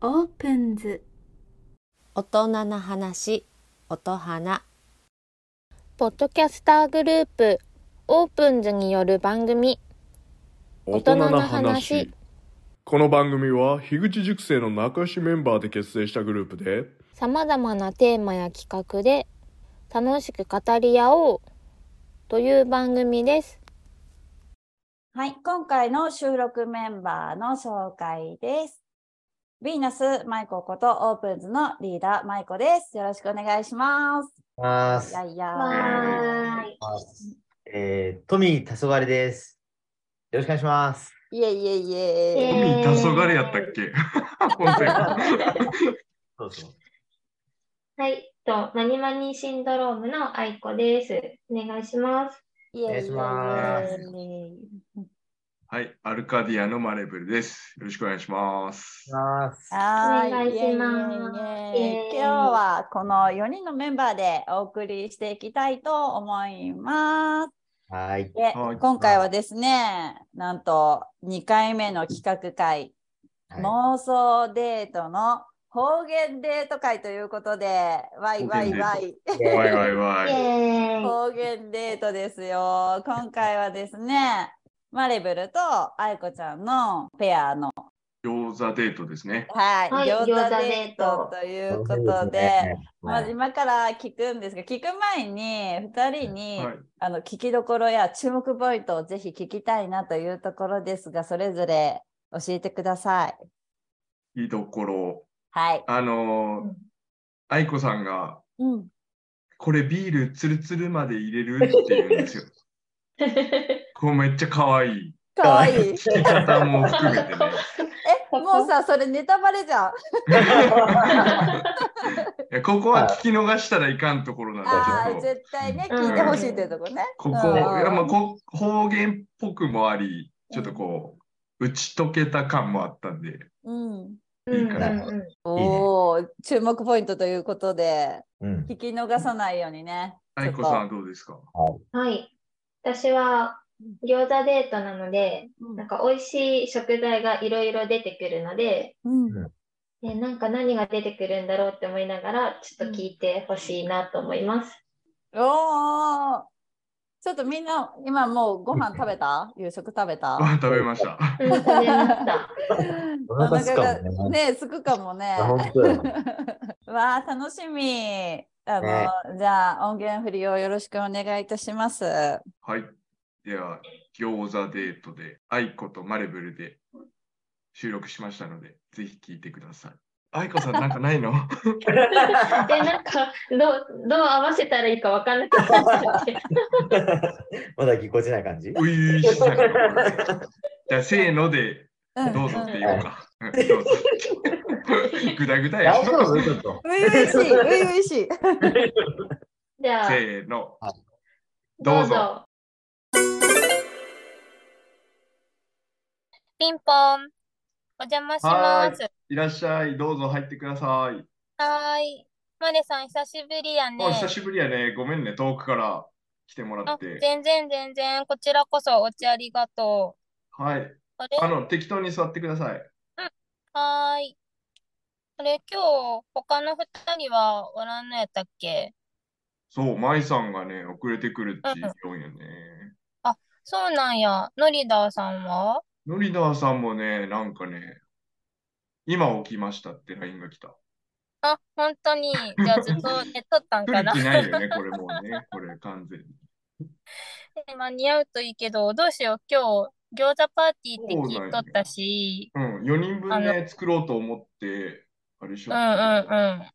オープンズ大人な話音花ポッドキャスターグループオープンズによる番組大人な話この番組は樋口塾生の仲良しメンバーで結成したグループでさまざまなテーマや企画で楽しく語り合おうという番組です。はい、今回の収録メンバーの紹介です。ヴィーナス舞子ことオープンズのリーダー舞子です。よろしくお願いします。まいすや。いや。えー、トミー・黄昏です。よろしくお願いします。いえいえいえ。海黄昏やったっ け本編どうぞ。はい、と、まにまにシンドロームの愛子です。お願いします。いえいえいえお願いしますはい、アルカディアのマレブルです。よろしくお願いします。ますはお願いしますいえいえいえイエーイ今日はこの4人のメンバーでお送りしていきたいと思います。はい。ではい今回はですね、なんと2回目の企画会は妄想デートの方言デート会ということで、わいわいわい、わいいでわいわイい。エーイ方言デートですよ。今回はですね、マレブルと愛子ちゃんのペアの、餃子デートですね。はい、はい餃子餃子デーデートトということで、まはあ、い今から聞くんですが、聞く前に2人に、はい。あの聞きどころや注目ポイントをぜひ聞きたいなというところですが、それぞれ教えてください。いいところ。はい。あのーうん、愛子さんが、うん、これビールツルツルまで入れるって言うんです よ。これめっちゃ可愛い。かわいい。聞き方も含めてね。え、もうさ、それネタバレじゃん。いやここは聞き逃したらいかんところなあんで、ちょっと。あ、絶対ね、聞いてほしいというとこね。ここ、うんいやまあこ方言っぽくもあり、ちょっとこう、打ち解けた感もあったんで、うん。うんうんうんおお、注目ポイントということで、うん。聞き逃さないようにね。愛子さんはどうですかはい。私は餃子デートなので、うんなんか美味しい食材がいろいろ出てくるので、うんね、なんか何が出てくるんだろうって思いながら、ちょっと聞いてほしいなと思 います。おお。ちょっとみんな、今もうご飯食べた夕食食べたあ食べました。 うん、食べました。おお腹すか腹もがね。ね、すくかもねあ。本当だよ わあ、楽しみ。あの、ねじゃあ音源振りをよろしくお願いいたします。はい。では、餃子デートで、愛子とマレブルで収録しましたので、ぜひ聞いてください。愛子さん、なんかない ので、なんか、どう、どう合わせたらいいかわかんなくなっちゃ って。まだぎこちない感じういういしたからじゃあ、せーので、うんどうぞっんて言おうか。うん どうぞ。ぐだぐだや。大せ丈夫ちょっと。初々しい、初々しい。じゃあ、ーの。どうぞ。ピンポンお邪魔しはます。い。いらっしゃい。どうぞ入ってください。はーい。マネさん久しぶりやねお。久しぶりやね。ごめんね。遠くから来てもらあって。全然全然こちらこそお茶ありがとう。はい。あれあの、適当に座ってください。はーい。あれ今日他の二人はおらんのやったっけそう、舞さんがね、遅れてくるって言うんよね。そうなんや。ノリダーさんはノリダーさんもね、なんかね、今起きましたって LINE が来た。あ、本当に。じゃあずっと寝とったん来かるな。気ないよね、これもうね、これ完全に。間に合うといいけど、どうしよう。今日、餃子パーティーってそうな聞んいやとったし。うん、4人分ね、作ろうと思って、あれしうょんうんうん。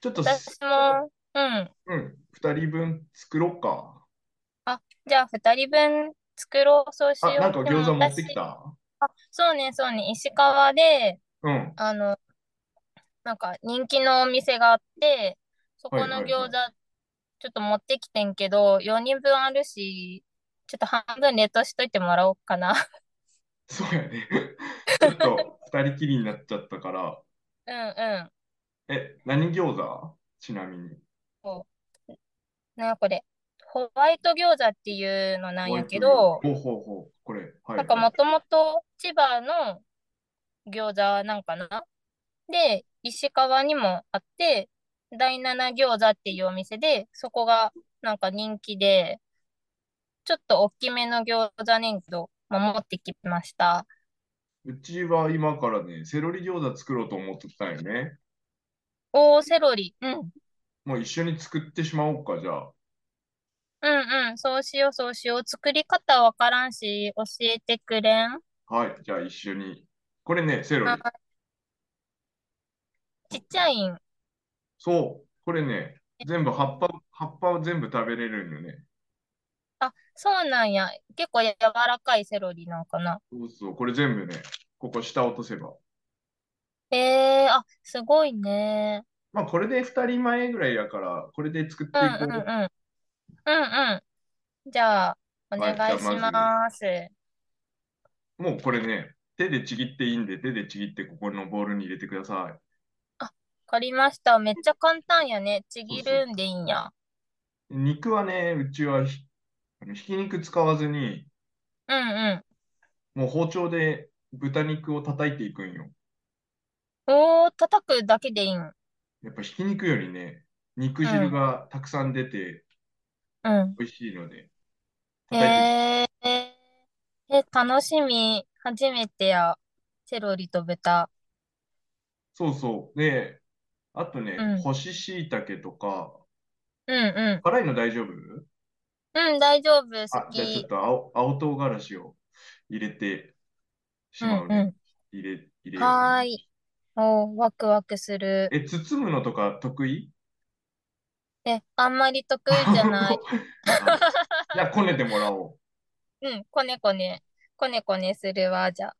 ちょっと、私も、うん。うん、2人分作ろうか。じゃあ二人分作ろう。そうしあ、よなんう。でか餃子も持ってき私たそうね、そうね。石川で、うん、 あの、なんか人気のお店があって、そこのはいはい餃子はいちょっと持ってきてんけど、4人分あるし、ちょっと半分冷凍しといてもらおうかな。 そうやね。 ちょっと2人きりになっちゃったから、うんうん。え、何餃子ちなみに。なんやこれ。ホワイト餃子っていうのなんやけど、ほうほうほう、これ、はいなんかもともと千葉の餃子なんかなで、石川にもあって、第七餃子っていうお店で、そこがなんか人気で、ちょっと大きめの餃子ねんけど、まあ持ってきました。うちは今からね、セロリ餃子作ろうと思ってたんよね。おー、セロリ。うん。うんもう一緒に作ってしまおうか、じゃあ。うん。そうしよう、そうしよう。作り方わからんし、教えてくれん。はい、じゃあ一緒に。これね、セロリ。ちっちゃいん。そう、これね、全部葉っぱ、葉っぱを全部食べれるんよね。あ、そうなんや。結構柔らかいセロリなんかな。そうそう、これ全部ね、ここ下落とせば。えー、あ、すごいね。まあ、これで2人前ぐらいやから、これで作ってうんいうんこう。うん。うんうん。じゃあ、おはい願いじゃあします。もうこれね、手でちぎっていいんで、手でちぎってここのボウルに入れてください。わかりました。めっちゃ簡単やね。ちぎるんでいいんや。肉はね、うちはひ、あのひき肉使わずに、うんうん。もう包丁で豚肉を叩いていくんよ。おー、叩くだけでいいん。やっぱひき肉よりね、肉汁がたくさん出てうん。美味しいので、え叩いていー、え、楽しみ。初めてや。セロリと豚。そうそう。で、あとねうん、干し椎茸とか、うんう辛いの大丈夫ん。うん、大丈夫。あ、好じゃあちょっき。と青、青唐辛子を入れてしうんまううね。ん。入れ、入れようかなはーい。おー、ワクワクする。え、包むのとか得意え、あんまり得意じ ゃない。あじゃあ、こねてもらおうん、こねこね、こねこねするわ、じゃあ。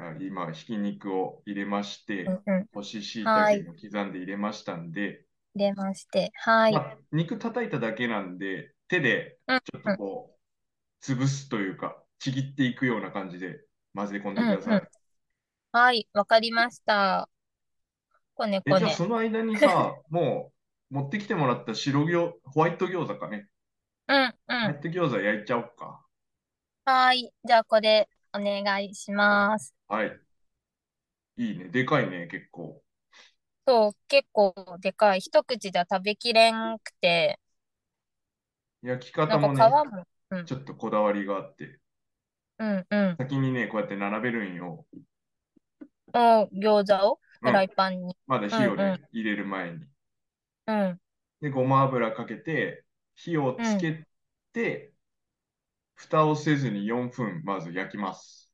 う。あ今、ひき肉を入れましてう、んうん、干し椎はい茸も刻んで入れましたんで、入れまして。はい。まあ、肉叩いただけなんで、手でうんちょっとこう、潰すというか、ちぎっていくような感じで混ぜ込んでください。はい、わかりました。こねえ、こじゃあ、ね。その間にさ、 もう、持ってきてもらった白餃、ホワイト餃子かね。うんうホワん。イト餃子焼いちゃおうか。はい。じゃあ、これ、お願いします。はい。いいね。でかいね、結構。そう、結構でかい。一口じゃ食べきれんくて、焼きな方んもかね、皮も、ちょっとこだわりがあって、うんうん。先にね、こうやって並べるんよ。お、餃子をうんフライパンに。まだ火をうんうね、入れる前に。うん。で、ごま油かけて、火をつけて、蓋をせずに4分、まず焼きます。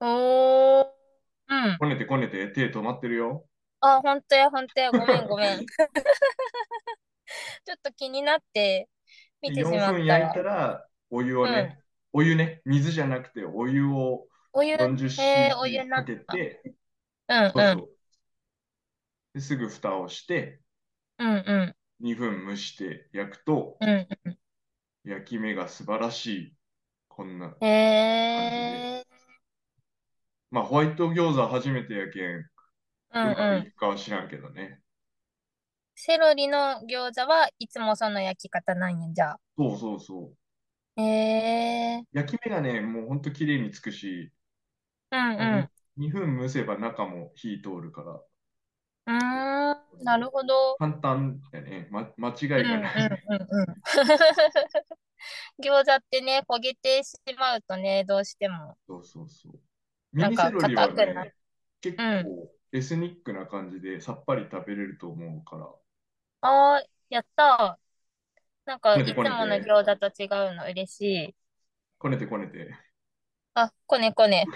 おー。うん。こねてこねて、手止まってるよ。あ、ほんとや、ほんとや。ごめん、ごめん。ちょっと気になって見てしま4っ分た焼いわたら、お湯をね、お湯ね、水じゃなくて、お湯をお湯、えーお湯 40cc なかんけだて、うんそううんそう。ですぐ蓋をして、うんうん2分蒸して焼くと、うんう焼き目が素晴らしい。こんな。ん。えまあ、ホワイト餃子初めてやけん、うー、うんうまくん。いくかは知らんけどね。セロリの餃子はいつもその焼き方なんや、じゃそうそうそう。あ。えー、焼き目がね、もうほんと綺麗につくし、うんうん。 2分蒸せば中も火通るから、うーん、なるほど。簡単だね。ま、間う違んいうがん うんない。うん。餃子ってね、焦げてしまうとね、どうしても。そうそうそう。ミなんニかセロリは硬くなね、結構エスニックな感じでさっぱり食べれると思うから、あー、やったー。なんか、こねいてつこもねての餃子と違うの嬉しい。こねてこねて。あ、こねこ ね。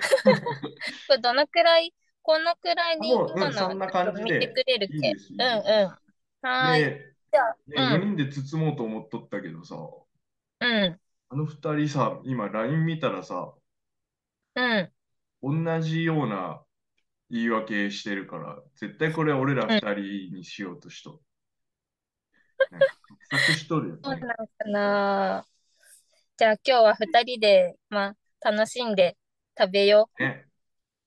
これどのくらい、このくらいでいいもう、うん、かそんな感じ見てでくれるいいけ。です、いいです。うんうん。はーい。で、じゃあ、ね、4人で包もうと思っとったけどさ、うん、あの2人さ、今 LINE 見たらさ、うん。同じような言い訳してるから、絶対これ俺ら2人にしようとしと。なんか画策しとるよそうね。なんかな。じゃあ今日は二人で、まあ、楽しんで食べよね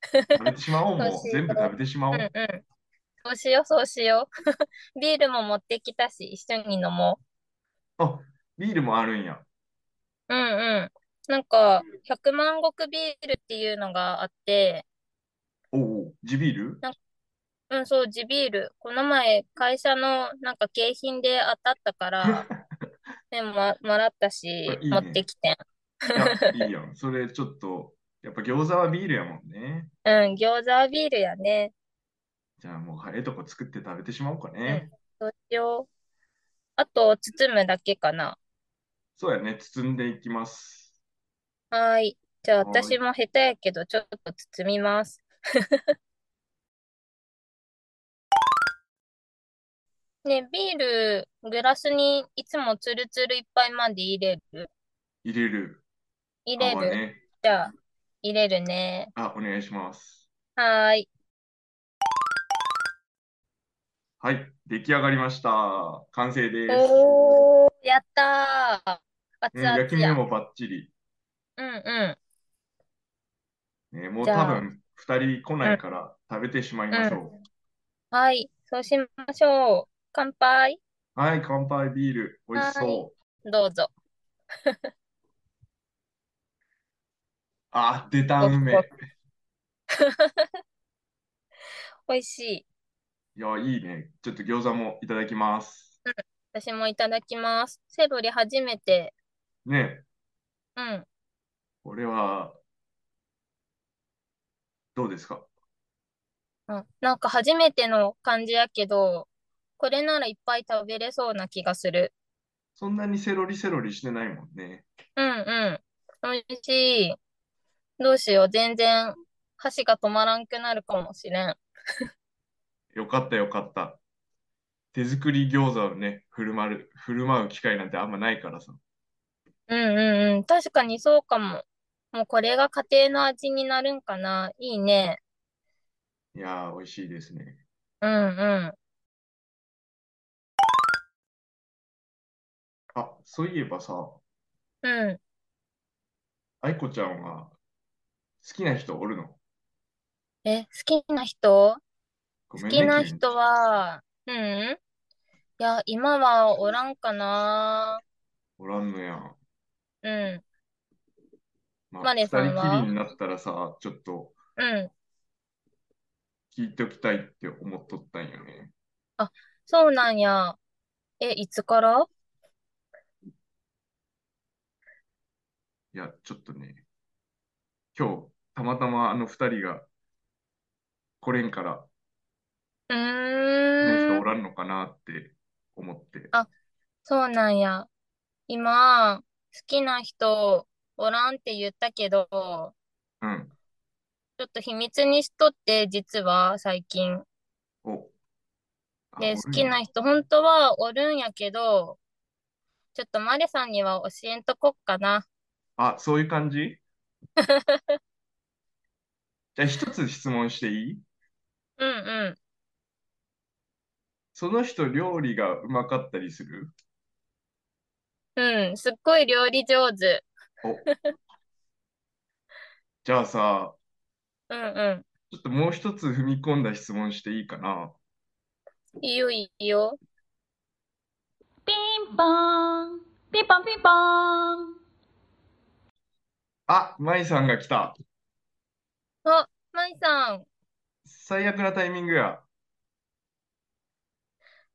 食べてしまおう、どうもう。しよう全部食べてしまおう。うう。んうん。そうしよう、そうしよう。 ビールも持ってきたし、一緒に飲もあ、ビールもあるんや。う。うんうん。なんか、百万石ビールっていうのがあって、おうおう、地ビールうん、そう、地ビール。この前、会社のなんか景品で当たった から、ね、ま、もらったし、あいいね持ってきてん。いやいいよ。それちょっと、やっぱ餃子はビールやもんね。うん、餃子はビールやね。じゃあもう、ええとこ作って食べてしまおうかね。そうしよう。あと、包むだけかな。そうやね。包んでいきます。はーい。じゃはあ、ーい私も下手やけど、ちょっと包みます。 ね、ビール、グラスにいつもつるつる一杯まで入れる入れる。入れ泡る。ね。じゃあ、入れるね。あ、お願いします。はーい。はい。出来上がりました。完成です。おー、やったー。熱うん、々焼き目や。もバッチリ。うんうん。ね、もうじ多ゃあ分、二人来ないから食べてしまいましょはい。そうしましょう。乾杯。う。はい、乾杯ビール。美味しはいそう。どうぞ。あ、出た梅。美味しい。いや、いいね。ちょっと餃子もいただきます。私もいただきます。セロリ初めて。ね、うん。これは、どうですかうんなんか初めての感じやけど、これならいっぱい食べれそうな気がする。そんなにセロリセロリしてないもんね。うんうん。美味しい。どうしよう。全然箸が止まらんくなるかもしれん。よかったよかった。手作り餃子をね、振る舞う、振る舞う機会なんてあんまないからさ。うんうんうん。確かにそうかも。もうこれが家庭の味になるんかな。いいね。いやー、美味しいですね。うんうん。あ、そういえばさ、うん。愛子ちゃんは好きな人おるのえ、好きな人ご好めんきね、な急に人は、うんいや、今はおらんかな。おらんのやん。うん。まマあ、二ネ人さんきはりになったらさ、ちょっとうん。聞いておきたいって思っとったんよね。そうなんや。え、いつからいや、ちょっとね、今日、たまたまあの二人が来れんから、うこのー人おん。らんのかなって思って。あそうなんや。今、好きな人おらんって言ったけど、ちょうん。っと秘密にしとって、実は最近。お。あおで、るんや好きな人、本当はおるんやけど、ちょっとマレさんには教えんとこっかな。あ、そういう感じ じゃあ一つ質問していいうんうん。その人料理がうまかったりするうん、すっごい料理上手。お。じゃあさ、うんう。ちょっともう一つ踏み込んだ質問していいかなんいいよいいよ。ピンポーン、ピンポンピンポーン。あ、舞さんが来た。あ、マイさん。最悪なタイミングや。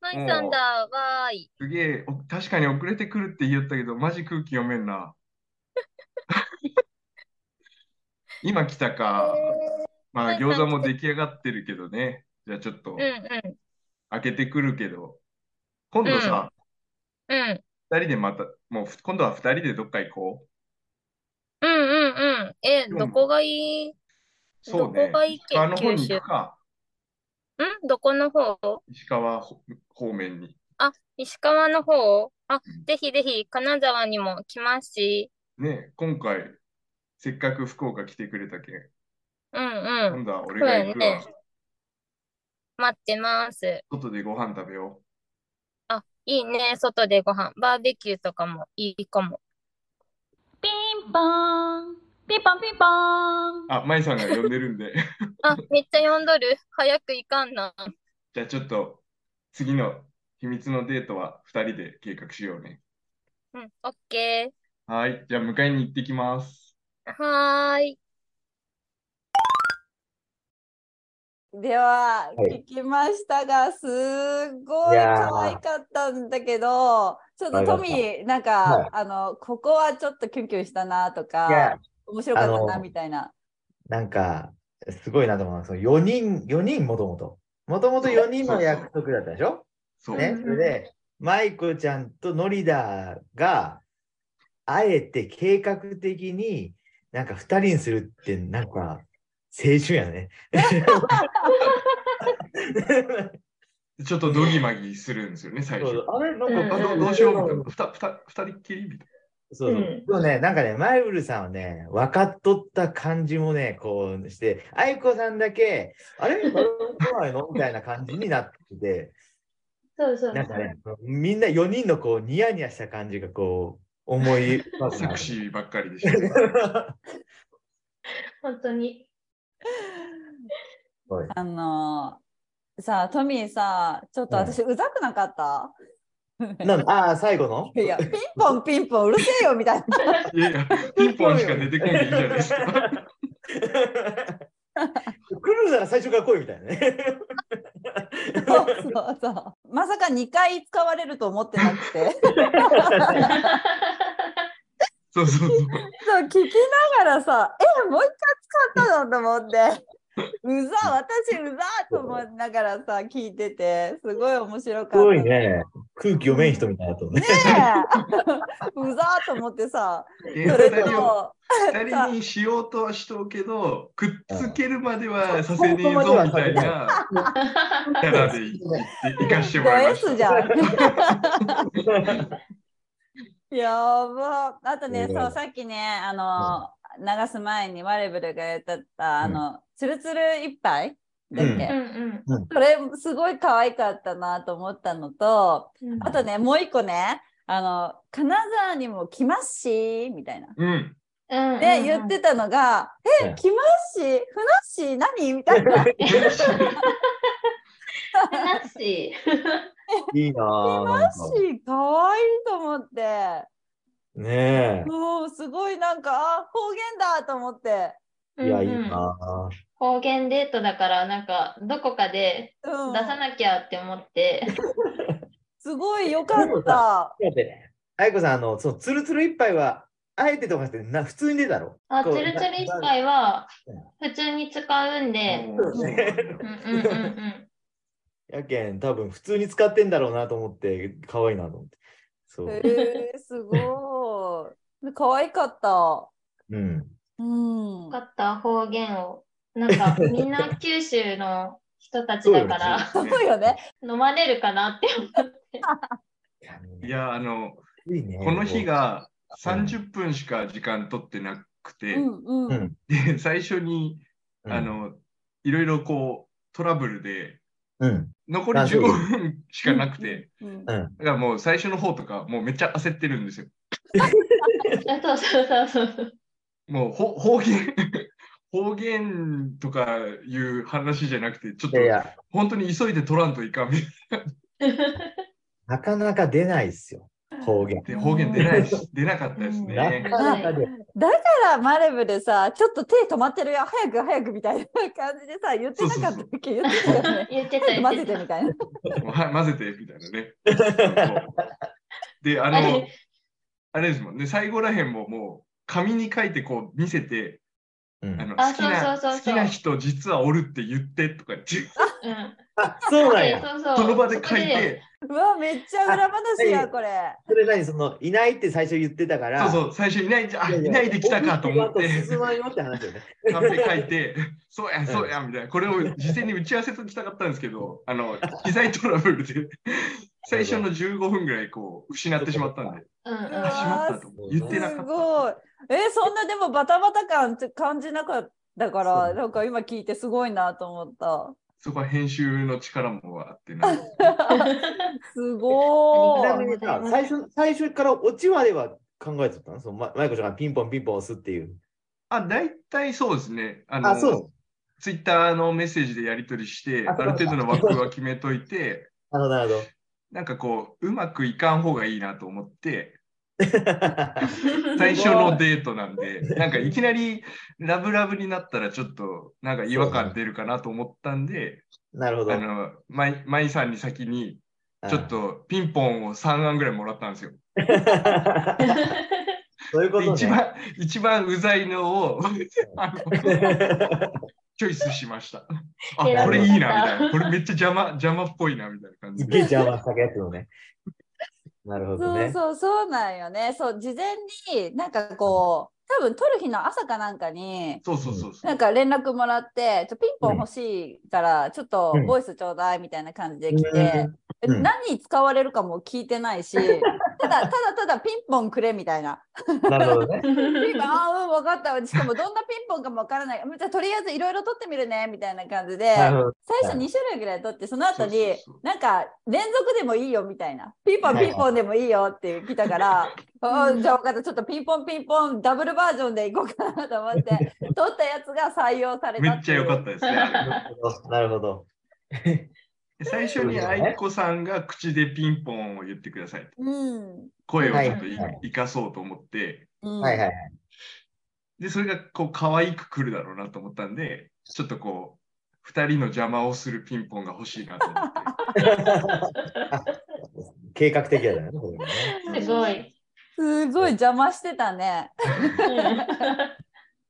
マイさんだ。わーい。すげえ、お確かに遅れてくるって言いよったけど、マジ空気読めん な。今来たか。まあ、舞さん餃子も出来上がってるけどね。じゃあちょっとうんうん。開けてくるけど、今度さ、うん。二人でまた、もうふ今度は二人でどっか行こう。うんうんうん。え、今日もどこがいいそうどねこがいいっ。石け川の方に九州行くか。んどこの方石川ほ方面に。あ、石川の方あうん、ぜひぜひ、金沢にも来ますし。ねえ、今回、せっかく福岡来てくれたけん、うんうん。今度は俺が行くわ。そう待ってます。外でご飯食べよあ、いいね。外でご飯。バーベキューとかもいいかも。ピンポーン、ピンポンピンポーンう。。あ、舞さんが呼んでるんで。あ、めっちゃ呼んどる。早く行かんな。じゃあちょっと、次の秘密のデートは二人で計画しようね。うん、オッケはい、じゃあ迎えに行ってきます。ー。はーい。では、はい聞きましたが、すごいいやー可愛かったんだけど、ちょっとトミー、なんか、はいあの、ここはちょっとキュンキュンしたなといやか、、面白かったあなのみたいな。なんか、すごいなと思うのはその4人、4人もともと。もともと4人の約束だったでしょそう。ね。それで、マイコちゃんとノリダが、あえて計画的になんか2人にするって、なんか、青春や ね。ちょっとドギマギするんですよね、最そ初。うあれなうんかあ、どうどうしようみたいな。ふた、ふた、二人っきりみたいそうそう。うんでもね、なんかね、マイブルさんはね、分かっとった感じもね、こうして、愛子さんだけ、あれこれ来ないのみたいな感じになってて、そうそうそう。なんかね、 みんな4人のこう、ニヤニヤした感じがこう、思い浮かな。ぶセなクシーばっかりでした。本当に。はいあのー、さあ、トミーさ、ちょっとはい私、うざくなかった、なんああ、最後のいや、ピンポンピンポンうるせえよみたい な。いやいや、ピンポンしか出てこないじゃないです か。来るなら最初から来いみたいなね。そうそうそう。まさか2回使われると思ってなくて。そうそうそう。そう聞きながらさ、え、もう一回使ったのと思って、うざ、私うざと思いながらさ、聞いてて、すごい面白かった。すごいね。空気読めん人みたいなとね。ねえうざと思ってさ、えそれ二人をと、二人にしようとはしとうけど、くっつけるまではさせねえぞみたいなキャラでい行かしてもらいま し 5S た。じゃん。やば。あとね、うんそう、さっきね、あの、流す前にワレブルがやってた、あの、つるつる一杯だっけ、うんうんそれ、すごい可愛かったなと思ったのと、うん。あとね、もう一個ね、あの、金沢にも来ますし、みたいな。 うん。うんで、言ってたのが、うえ、ん来ますし、ふなっしー何みたいな。なし。 いいなぁ。なんかふなっしー可愛いと思って、ねもうすごいなんか、あ、方言だと思って。え。いや、いいうんうんな方言デートだから、なんか、どこかでうん、出さなきゃって思って。すごい良かった。ぁ。だって、あいこさん、あの、その、つるつる一杯は、あえてとかして、な、普通に出たろ。あ、こつうるつる一杯は普通に使うんで。そううんうんうんうん。 やけん、多分、普通に使ってんだろうなと思って、可愛いなと思って。そう。えー、すごい。可愛かった。うん。うん。使った方言を。なんか、みんな九州の人たちだから、そうよね。飲まれるかなって思って。い、や、あの、いいね。この日がうん30分しか時間取ってなくて、うんううんん。で最初に、うん、あのいろいろこうトラブルでうん。残りあそ15うだ分しかなくて、うんだからもう最初の方とかもうめっちゃ焦ってるんですよ。そうそうそうそう。もうほ方言 方言とかいう話じゃなくてちょっいとやいや、本当に急いで取らんといかんみたいなかなか出ないっすよ。方言。で方言出ないし出なかったですなね。かなか出ない。だからマレブでさ、ちょっと手止まってるよ、早く早くみたいな感じでさ、言ってなかったっけ言ってたよ ね。言ってた早く言っ混てぜた。てみたいな。もうはい混ぜてみたいなね。そうで、あ あのれ、あれですもんね、最後らへんももう、紙に書いてこう見せて、うんあのあ好きなそうそうそうそう好きな人実はおるって言ってとか言って、うん。あ、そうなんでや。そうそう。その場で書いて、うわ、めっちゃ裏話や、あこれ。それなに、その、いないって最初言ってたかそうら。そう、最初いないじゃん、あやいやないで来たかと思っ送ては、進まんよって話よね。カンペ書いて、そうや、そうや、みたいな、これを事前に打ち合わせときたかったんですけど、あの、機材トラブルで、最初の15分ぐらいこう、失ってしまったんで、うんううあ、しまわん。ったと思って言ってなすかった。ごい。え、そんなでもバタバタ感って感じなかったかそら、うなんか今聞いてすごいなと思 った。そこは編集の力もあってな。すごちいな。みにさ、最初、最初からオチまでは考えてたのその、ま、マイコちゃんがピンポンピンポン押すっていう。あ、大体そうですね。あの、あ、そう。ツイッターのメッセージでやり取りして、ああそうるだ程度の枠は決めといて、なるほど、なるほど。 なんかこう、うまくいかん方がいいなと思って、 最初のデートなんで、なんかいきなりラブラブになったらちょっとなんか違和感出るかなと思ったんで、なるほど。あの、まい、まいさんに先にうんちょっ。とピンポンを3案ぐらいもらったんですよ。 そういうこでと一ね。番、一番うざいの をあのチョイスしま した。あ、選んだこれいいな、みたいな。これめっちゃ邪魔、邪魔っぽいな、みたいな感じすで げえ邪魔したやつのね。なるほどそうね。そうそうなんよね。そう事前になんかこう多分撮る日の朝かなんかにそうそうそうそう。なんか連絡もらってちょピンポン欲しいからちょっとうんボイスちょうだいみたいな感じで来て、うんえ何に使われるかも聞いてない しただただただピンポンくれみたいな。なるほ どね。ピンポンああ分かったしかもどんなピンポンかも分からないじゃあとりあえずいろいろ撮ってみるねみたいな感じで。なるほど。最初は2種類ぐらい取ってその後そうそにうそうなんか連続でもいいよみたいなピンポンはいピンポンでもいいよって来たから、あーじゃあ分かったちょっとピンポンピンポンダブルバージョンでいこうかなと思って取ったやつが採用されめたっちゃ良かったですね。 あれなるほどなるほど。最初に愛子さんが口でピンポンを言ってください。たうん、声をちょっといはいはい生かそうと思って、うんはいはい。で、それがこう可愛く来るだろうなと思ったんで、ちょっとこう、二人の邪魔をするピンポンが欲しいなと思って。計画的だよね。これねすごい。すごい邪魔してたね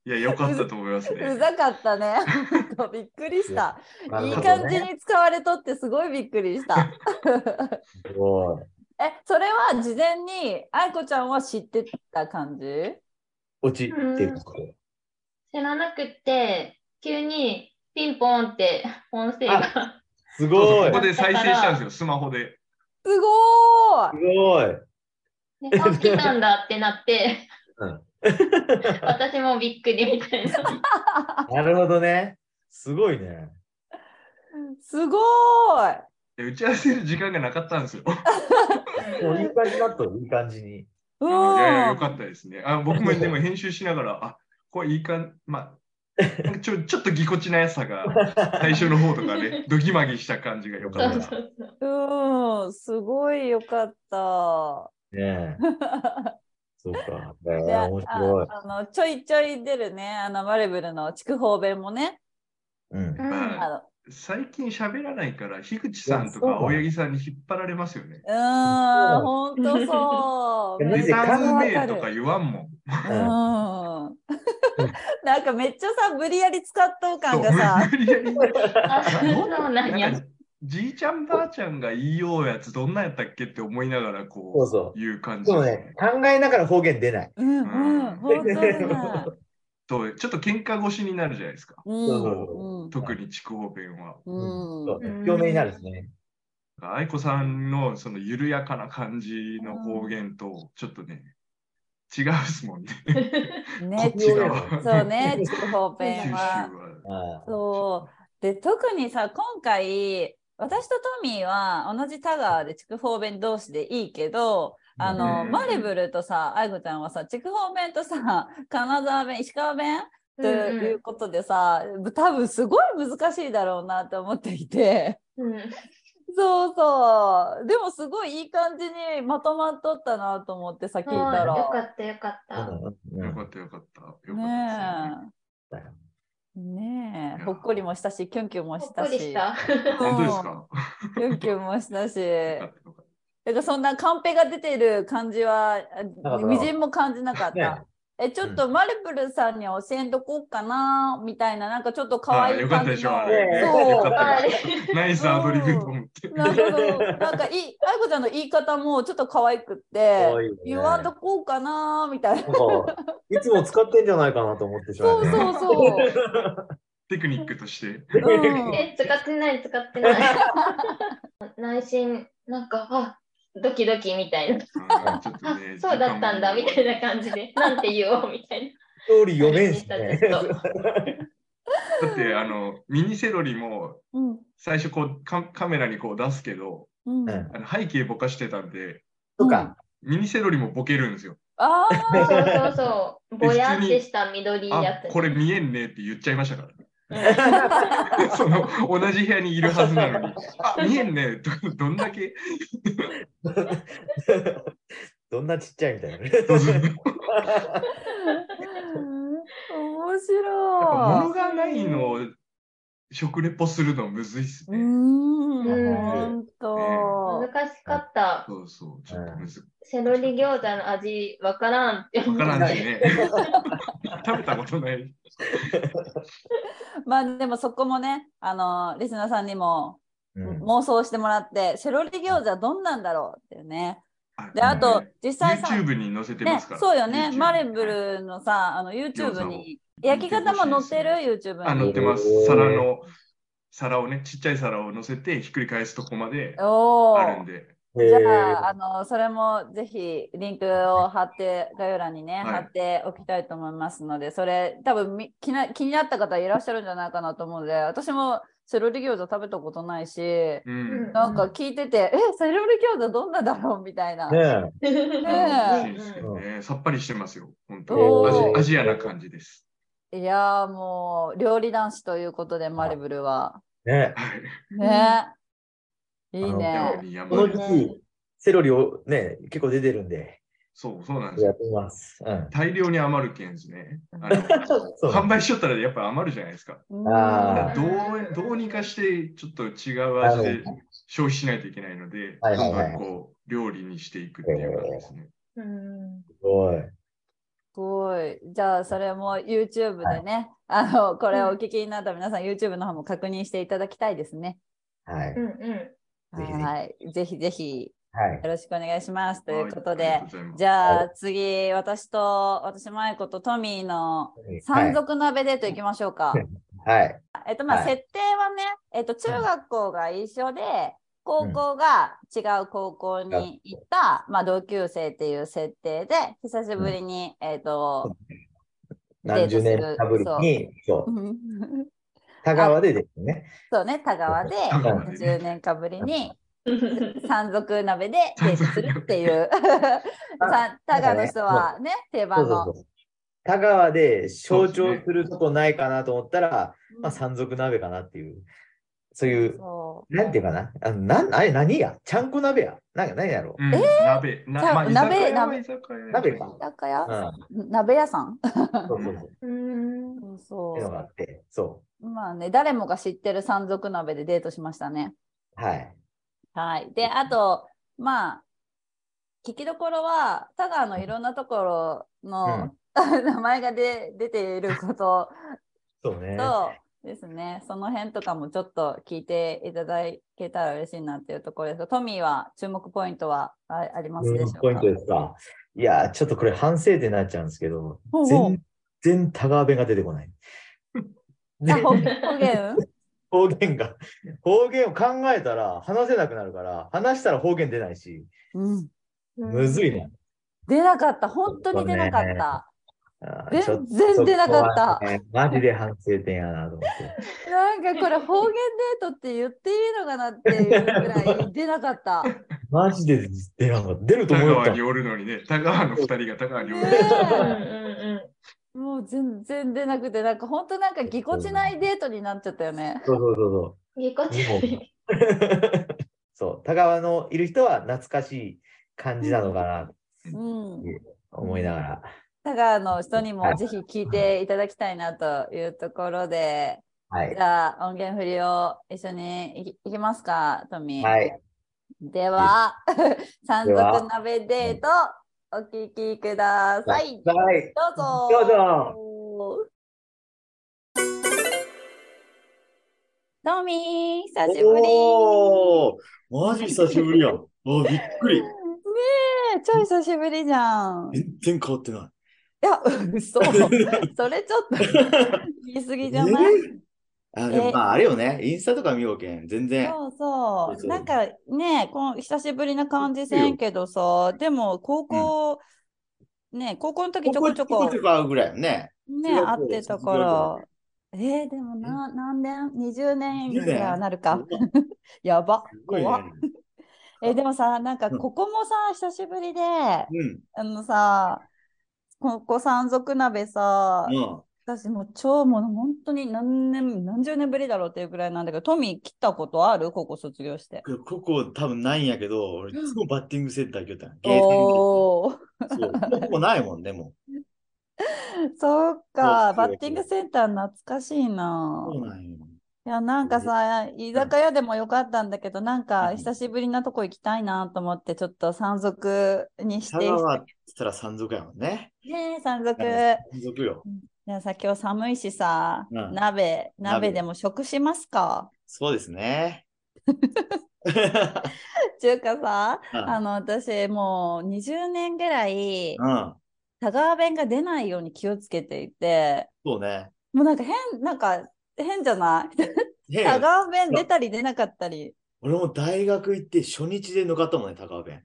いや、良かったと思いますね う。ざかったねほんとびっくりしたなるいいほどね感じに使われとってすごいびっくりしたすごい。えそれは事前に愛子ちゃんは知ってた感じ落ちっていうこと。知らなくって、急にピンポンって音声が。そうそすごうい。ここで再生したんですよ、スマホで。すごーいすごい。ねあ、来たんだってなって、うん私もびっくりみたいな。なるほどね。すごいね。すごーい。で打ち合わせる時間がなかったんですよ。もういい感じになったよいい感じに。ういん。やいや、よかったですね。あ僕もでも編集しながら、あこれいいかん、まあ、なんかちょちょっとぎこちなさが、最初の方とかね、ドギマギした感じが良かっそうたそうな。そう。うん、すごいよかった。ねえ。そうか。えでー、面白い。ああのちょいちょい出るね、あのマレブルの筑豊弁もね。うん。うんあ最近喋らないから、樋口さんとか青柳さんに引っ張られますよね。のうーん、本当そう。いやマレジタめっでちゃーズわメかイとかる言わんもん。うんうん。なんかめっちゃさ、無理やり使っとう感がさ。無理やりあ、そうなんなんやか。じいちゃんばあちゃんが言いようやつどんなやったっけって思いながらこうそうそう。言う感じでもね、考えながら方言出ない。うんうん、本当にね。とちょっと喧嘩越しになるじゃないですかうそうんうん。特に筑豊弁はうん。そううね表明になるですね。愛子さんのその緩やかな感じの方言とちょっとね違うですもんねん。 こねっ、ち違がうそうね、筑豊 九州弁は。はああそう。で、特にさ、今回、私とトミーは同じ田川で筑豊弁同士でいいけど、あの、うんマレブルとさ、愛子ちゃんはさ、筑豊弁とさ、 金沢弁、石川弁ということでさ、多分すごい難しいだろうなと思っていて。 うんうんそうそう。でもすごいいい感じにまとまっとったなと思ってさ、聞いそうよた。からったよかった。うんうんようかんったよかったよかったですねねえ。ねえ。ほっこりもしたし、キュンキュンもほしっこたりしし。た。本当ですかキュンキュンもしたし、よかだったよかっからそんなカンペが出てる感じは、かあったみじんも感じなかった。ねえ、ちょっとマルプルさんには教えんとこうかな、みたいな、なんかちょっとた可あ愛いよかった感でじしょの。あれそうよかあったれよかったナイスアドリブと思ってなるほど。なんかいい、愛子ちゃんの言い方もちょっと可愛くって可愛いよね、言わんとこうかな、みたいな。なんか、いつも使ってんじゃないかなと思ってしまそううね。そうそう。テクニックとして うんえ、使ってない、使ってない。内心、なんか、あ、ドキドキみたいな。うんちょっとあね、 そうだったんだ、みたいな感じで、なんて言おう、みたいストーリー読めんしな。ねず。っとだってあのミニセロリもうん。最初こうカカメラにこう出すけどうん。うんあの背景ぼかしてたんでとか、ミニセロリもボケるんですよ。あそうあ、そうそう。ぼやってした緑いやあつ。これ見えんねって言っちゃいましたから、ね。 その同じ部屋にいるはずな のに、あ見えんねどどんだけどんなちっちゃいみたいな。やっぱ面白物い。がないのを食レポするのむずいっすうーね。ん、 うん本当。難しかった。そうそう、ちょっとむずセロリ餃子の味わからんってい。わ思っからんた。しね。食べたことない。まあでもそこもね、あのリスナーさんにもうん妄想してもらって、セロリ餃子はどんなんだろうっていうね。で、あとね、実際さ、 YouTube に載せてまねすから。、そうよね、 YouTube マレブ。ルのさ、あの YouTube に、餃子を焼き方も載ってる YouTube あ、載っにて。ます。おー皿の、皿をね、ちっちゃい皿を載せてひっくり返すとこまでおお。あるんで。じゃあ、へあの、それもぜひリンクを貼って、概要欄にね、はい貼っておきたいと思いますので、それ、多分み気な気になった方いらっしゃるんじゃないかなと思うので、私もセロリ餃子食べたことないし、うん。なんか聞いてて、え、セロリ餃子どんなだろうみたいな。ーね美ね味しいですよね。さっぱりしてますよ。本お当ーアジアな感じです。いやーもう、料理男子ということで、マレブルは。えねはい。ね。いいなのね。に山このに時期、セロリをね、結構出てるんで、そう、そうなんですやよ。ってみます。うん。大量に余るけんです ね。あのそう販売しとったらやっぱ余るじゃないですか。うんあどうどうにかしてちょっと違う味で消費しないといけないので、はどいはいんどはいんこう料理にしていくっていう感じですね。うんすごい。すごい。じゃあ、それも YouTube でね、あの、これをお聞きになった皆さん、YouTube の方も確認していただきたいですね。はい。うんうん。ぜひぜひはい。ぜひぜひ、はい。よろしくお願いします。ということはいありでがとうございます、じゃあ、次、私と、私、マイコとトミーの山賊鍋デート行きましょうか。はい。はい。えっと、まはあ、い設定はね、えっと、中学校が一緒で、高校が違う高校に行った、まあ、同級生っていう設定で、久しぶりに、えっと、何十年かぶりに、そう、田川でですね。そうね、田川で田川でね10年かぶりに山賊鍋でデートするって いう。さ田川の人はね、定そ番うそのう。そう。田川で象徴するとこないかなと思ったら、まあ、山賊鍋かなっていう、そういう、そなんていうかな、あのなんあれ何やちゃんこ鍋やなんか何やろうん鍋、なじゃあまあ居酒屋は鍋居酒屋鍋かう。。酒屋うん。鍋屋さんそうそうそう。っうん。そうていうのがあそ。って、そうまあね、誰もが知ってる山賊鍋でデートしましたね。う。はい。はい。で、あと、まあ、聞きどころは、田川のいろんなところの、 名前がで出ている ことそうね。そうですね。その辺とかもちょっと聞いていただけたら嬉しいなっていうところですが、トミーは注目ポイントはあありますでしょうかポイントですか。いやー、ちょっとこれ反省点になっちゃうんですけど、ほうほう全然田川弁が出てこない。 あ方方言方言が、方言を考えたら話せなくなるから、話したら方言出ないし、うん。むずいね。出なかった。本当に出なかった。あー全ちょっと然出なかったそこはねマジで反省点やなと思って。なんかこれ方言デートって言っていいのかなっていうぐらい出なかった。マジで出なかった。出ると田思っ川たに。おるのにね、田川の二人が田川におるのにね。うんえうもう全然出なくて、なんか本当なんかぎこちないデートになっちゃったよね。そうそうそうそう。んうん。ぎこちない。そう、田川のいる人は懐かしい感じなのかなとうん。思いながら。田川の人にはもいぜひ聞いていただきたいなというところで、はいじ。ゃあ音源振りを一緒にいきいきますか、トミー。はい。では、山では賊鍋デート、お聞きください。どはい。うぞ。どうぞ。トミー、久しぶり。おおーマジ久しぶりやん。おびっくり。ねえ、超久しぶりじゃん。い全然変わってなや、 嘘。それちょっと言い過ぎじゃない、い。あ、でもえまああれよね、インスタとか見ようけん、全然。そうそそうう。そうなんかね、この久しぶりな感じせんけどさ、でも高校、ね、高校の時ちょこちょこちょこ合うぐらいよね。ね、中学会校ってたから。えー、でもな、何年 ?20 年ぐ20年らいはなるか。うやば、すごいね怖っ。えー、でもさ、なんかうんここもさ、久しぶりで、うん。あのさ、ここ山賊鍋さ、うん。私もう超もう本当に何年、何十年ぶりだろうっていうぐらいなんだけど、トミー来たことある高校卒業して。いやここ多分ないんやけど、俺いつもバッティングセンター行きよったんや。おー、そう。もうここないもんね、もそっか、そうバッティングセンター懐かしいなう。。そうなんよ。いや、なんかさ、居酒屋でもよかったんだけど、なんか久しぶりなとこ行きたいなと思って、ちょっと山賊にし佐て、川って言ったら山賊やもんね。ねえ、山賊。山賊よ。いやさ、今日寒いしさ、うん鍋、鍋鍋でも食しますかそうですね。 っていうかさ、あうの、私もう20年ぐらい、ん。うん佐川弁が出ないように気をつけていて、そうね。もうなんか変、なんか変じゃないね佐川弁出たり出なかったり。俺も大学行って初日で抜かったもんね、高尾弁。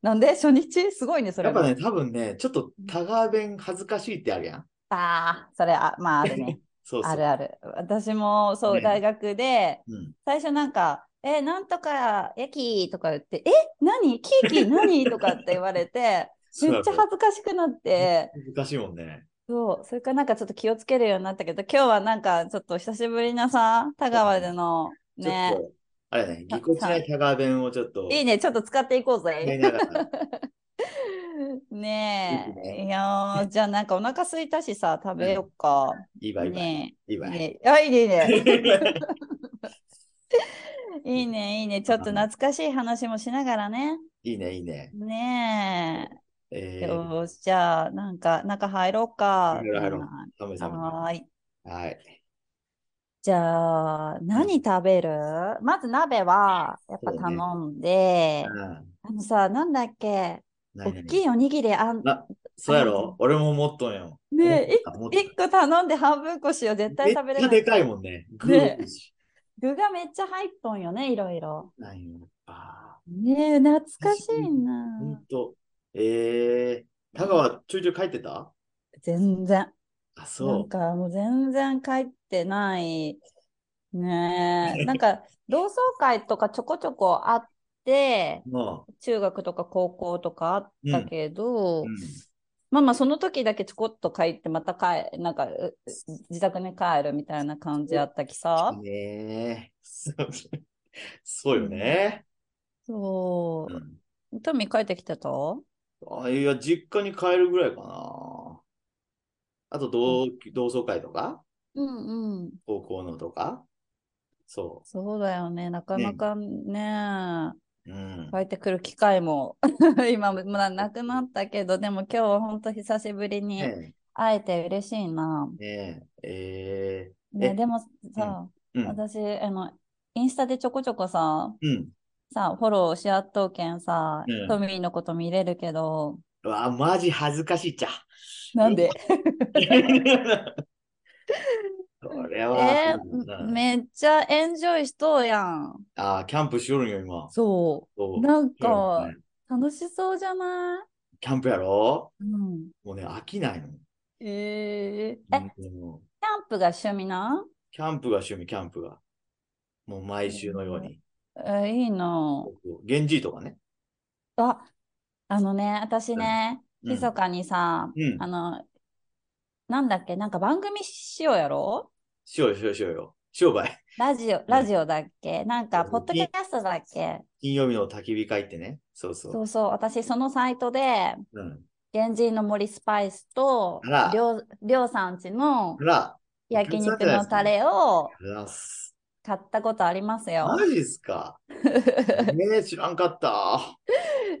なんで初日すごいね、それやっぱも。ね、多分ね、ちょっと高尾弁恥ずかしいってあるやん。ああ、それ、あ、まああるね。そうそう。あるある。私もそう、ね大学で、うん。最初なんか、え、なんとか、やきーとか言って、え、何キーキ ー何とかって言われて、めっちゃ恥ずかしくなって、難しいもんね。そう、それからなんかちょっと気をつけるようになったけど、今日はなんかちょっと久しぶりなさ、田川での、ちょっね、と、あれね、ぎこちない高尾弁をちょっと、いいね、ちょっと使っていこうやりぜ。ながら。ねいいえ、ねいやーじゃあなんかお腹空いたしさ、食べよっか。いいわ、いいわ。いねいえ、わ。ねえ、あ、いいね、いいね。 いいね、いいね。ちょっと懐かしい話もしながらね。いいね、いいね。ねえ。えー、よし、じゃあ、なんか、中入ろうか。入ろう入ろうみんサムなサム。はーい。はい。じゃあ、何食べるまず鍋は、やっぱそうね頼んで、うん。あのさ、なんだっけ、何大々きいおにぎりあん、なそうやろ俺も持っとんよ。ねえ思った思一っ個頼んで半分こしよう。絶た対食べれめっちゃない。でかいもんね。グねー多いし具がめっちゃ入っとんよね、いろいろ。なんよ。あねえ、懐かしいーほんな。と。えー、田川ちょいちょい帰ってた全然。あ、なそんかもう全然帰ってない。ね え。なんか同窓会とかちょこちょこあってう。、も中学とか高校とかあったけう、どう、ん。まあまあその時だけちょこっと帰って、また帰、なんかう自宅に帰るみたいな感じあったきさ。ねえ。そうそうよね。そうう。ん。トミー帰ってきてたあ、いや、実家に帰るぐらいかな。あと同、同窓会とか、うんうん。高校のとか。そそうだよね。なかなかね、う。うん。帰ってくる機会も 今もななくなったけど、でも今日は本当久しぶりに。ね会えて嬉しいな。え、ねえ、ええね、でもさ、ー、うん、私、あの、インスタでちょこちょこさ、うん。さ、フォローし合っとうけんさ、うんトミーのこと見れるけど、うわあ、マジ恥ずかしい っちゃ。なんでこれは、えうんー、めっちゃエンジョイしとうやん。あーキャンプしよるんよ、今。そ。そううなんしよるかんね、楽しそうじゃないキャンプやろうん。もうね、飽きないの。えー、え、キャンうんもうプが趣味なキャンプが趣味、キャンプが。もう毎週のように。えーいいな。源氏とかね。あ、あのね、私ね、うん密かにさ、うんあの、なんだっけ、なんか番組しようやろしようよしようよしようよ。商売。ラジオ、ラジオだっけなんか、うんポッドキャストだっけ金曜日の焚き火会ってね。そうそう。そうそう、私、そのサイトで、うん。原人の森スパイスとあら、りょう、りょうさんちのほら、焼肉のタレをありがとうございます。買ったことありますよマ。ジで すか。ねえ、知らんかった。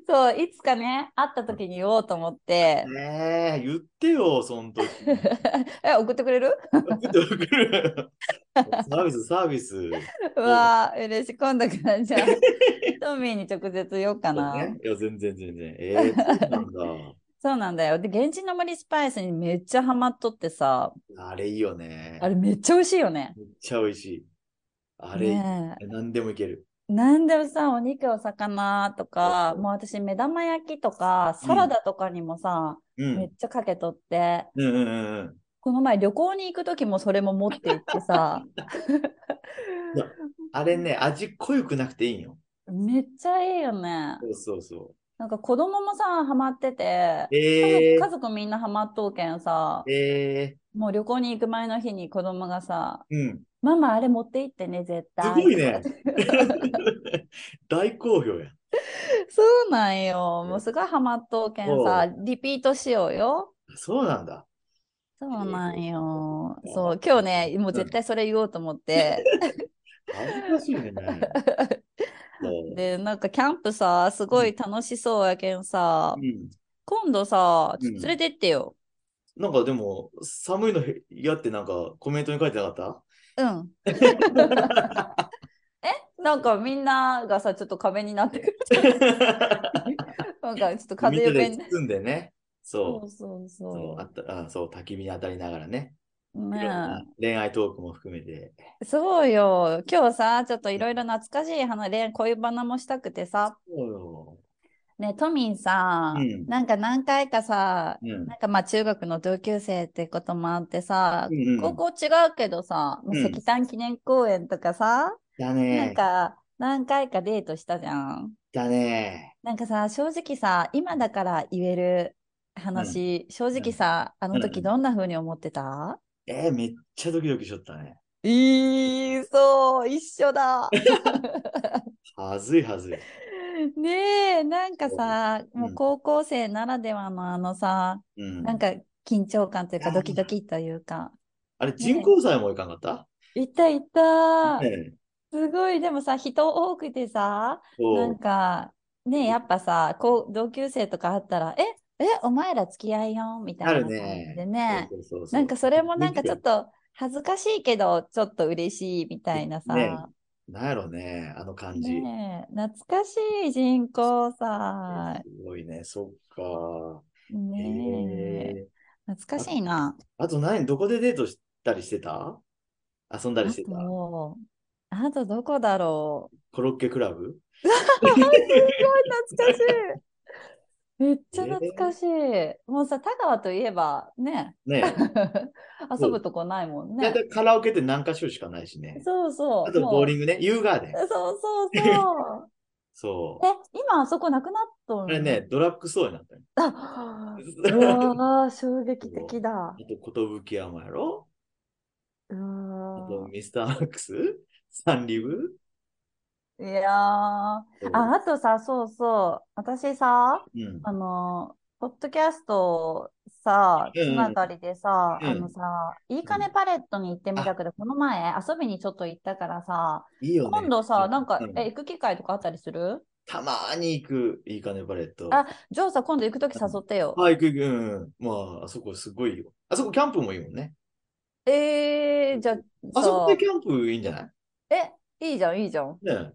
そう、いつかね、会った時に言おうと思って、ねえ、言ってよ、その時。 え、送ってくれる送って送る サービス、サービス。うわー、嬉しい。今度から、 じゃあ、トミーに直接言おうかな。ね、いや、全然、全然。ええそうなん そうなんだよ。で、現地の森スパイスにめっちゃハマっとってさ、だ。あれいいよね。あれめっちゃ美味しいよね。めっちゃ美味しい。あれ、ね何でもいける。え。なんでもさ、お肉、お魚とか、もう私、目玉焼きとか、サラダとかにもさ、うめっん。ちゃかけとって、うんうんうんうん。この前旅行に行く時もそれも持って行って さ、あれね、味濃ゆくなくていいんよ。めっちゃいいよね。そうそうそなんか子供もさ、ハマってて、う。ええ家族みんなハマっとうけんさ、ええもう旅行に行く前の日に子供がさ、うん。ママあれ持って行ってね、絶対。すごいね。 大好評や。そうなんよ。もうすごいハマっとうけんさ、リピートしようよ。そうなんだ。そうなんよ。えーそう、今日ね、もう絶対それ言おうと思って。恥ずかし いね。そうで、なんかキャンプさ、すごい楽しそうやけんさう、ん。今度さ、うん連れてってよ。なんかでも、寒いの嫌ってなんかコメントに書いてなか うん。っなんかみんながさ、ちょっと壁になってる。 たなんかちょっと風海よ辺けでに。包んでね。そそうそうう。そう、あそった、あ、そう、焚き火に当たりながらね。う。いろんねな恋愛トークも含めて。え。そうよ。今日さ、ちょっといろいろ懐かしい話、恋恋バナもしたくてさ。そうよ。ねえ、トミンさ、うんなんか何回かさ、うん。なんかまあ中学の同級生ってこともあってさ、うんうん高校違うけどさ、もううん石炭記念公園とかさ、だなんね。か何回かデートしたじゃん。だね。なんかさ、正直さ、今だから言える話、正直さ、あのう時んどんな風に思ってたえーめっちゃドキドキしとったね。えー、そう、一緒だ。はずいはずい。 ねえ、なんかさ、もう高校生ならではのあのさ、うん。なんか緊張感というかいやードキドキというか。あれ、人工祭もいかんかったいたいた。ねすごい、でもさ、人多くてさ、なそんう。か、ね、やっぱさ、こう、同級生とかあったら、え、え、お前ら付き合いよ、みたいあるな感じね。でね。そうそうそうそうなんかそれもなんかちょっねと恥ずかしいけど、ちょっと嬉しいみたいなさ。ねなんやろね、あの感じ。ねえ、懐かしい人口さ。すごいね、そっか。ねえ、へえ懐かしいな。あと何、どこでデートしたりしてた遊んだりあしてたと、あとどこだろう。コロッケクラブ懐かしい。めっちゃ懐かしい。もうさ、田川といえば ね、ね遊ぶとこないもんだねいた。いカラオケって何か所しかないしね。そうそう。あとボーリンングね、ユーガーデン。そうそう そう。そえう。、今あそこなくなっとあんれね、ドラッグストアになったよ。あ、うあわー、衝撃的だ。と、寿山やろうあわと、ミスターマックスサンリブー。いやー。あ、あとさ、そうそう。私さ、うん。あの、ポッドキャストさ、うんうんつながりでさ、うんあのさ、いいかねパレットに行ってみたけど、この前遊びにちょっと行ったからさ、いいよね。今度さ、なんかう、んえ、行く機会とかあったりするたまーに行く、いいかね、パレット。あジョーさ、今度行くとき誘ってよ。あ、行く行く、うんうん。まあ、あそこすごいよ。あそこキャンプもいいもんね。えー、じゃあ、あそこさでキャンプいいんじゃなえ、いいじゃん、いいじゃん。いねえ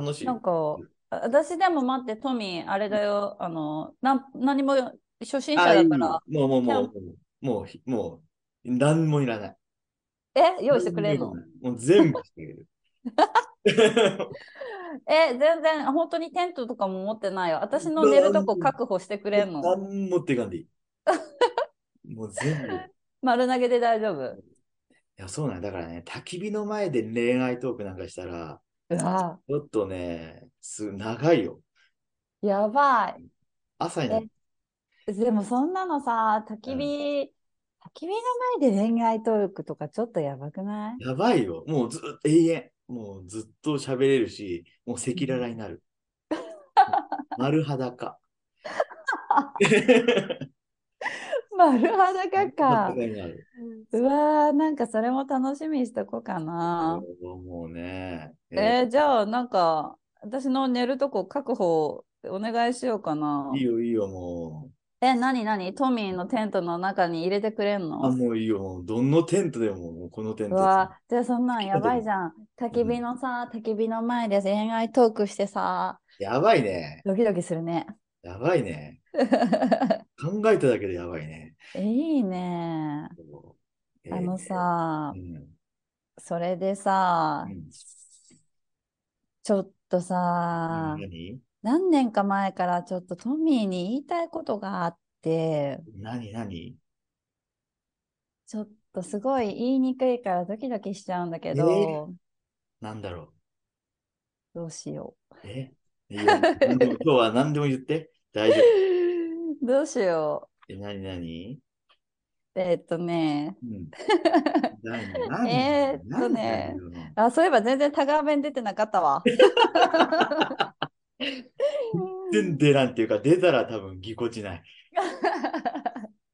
楽しい。なんか、あ私でも待って、トミー、あれだよ、あの、なん、何も初心者あ、いいだから、もうもうキャもンう、もうひ、もう、何もいらない。え、用意してくれるの何もいらないもう全部してくれる。え、全然、本当にテントとかも持ってないよ。私の寝るとこ確保 してくれんの 何も持っていかんでいい。もう全部。い丸投げで大丈夫うや、そうなんだ。だからね、焚き火の前で恋愛トークなんかしたら、わちょっとね、す、長いよ。やば朝になってい。でもそんなのさ、焚きうん火、焚き火の前で恋愛トークとかちょっとやばくないやばいよ。もうずっと永遠。もうずっと喋れるし、もう赤裸々になる。丸裸。丸裸 か。になる。うわー、なんかそれも楽しみにしとこうかな。もうね。えーじゃあ、なんか、私の寝るとこ確保お願いしようかな。いいよ、いいよ、もえ、なになにトミーのテントの中に入れてくれんう。あ、のもういいよ、もう。どのテントでも、もうこのテンうト。わ、じゃあそんなんやばいじゃん。焚き火のさ、焚き火の前で恋愛トークしてさ、やばいね。ドキドキするね。やばい ね。考えただけでやばいね。いいね。えーあの、さう、ん。それでさう、んちょっとさ、何何年か前からちょっとトミーに言いたいことがあって、何何ちょっとすごい言いにくいからドキドキしちゃうんだけえど、なんだろどうしよう。えいいよ。何でも今日は 何でも言って。大丈夫。う。どうしよえ、なになにえっとね、 うん。えーっとねあ、そういえば全然タガー弁出てなかったわ。全然出らんっていうか、出たら多分ぎこちない。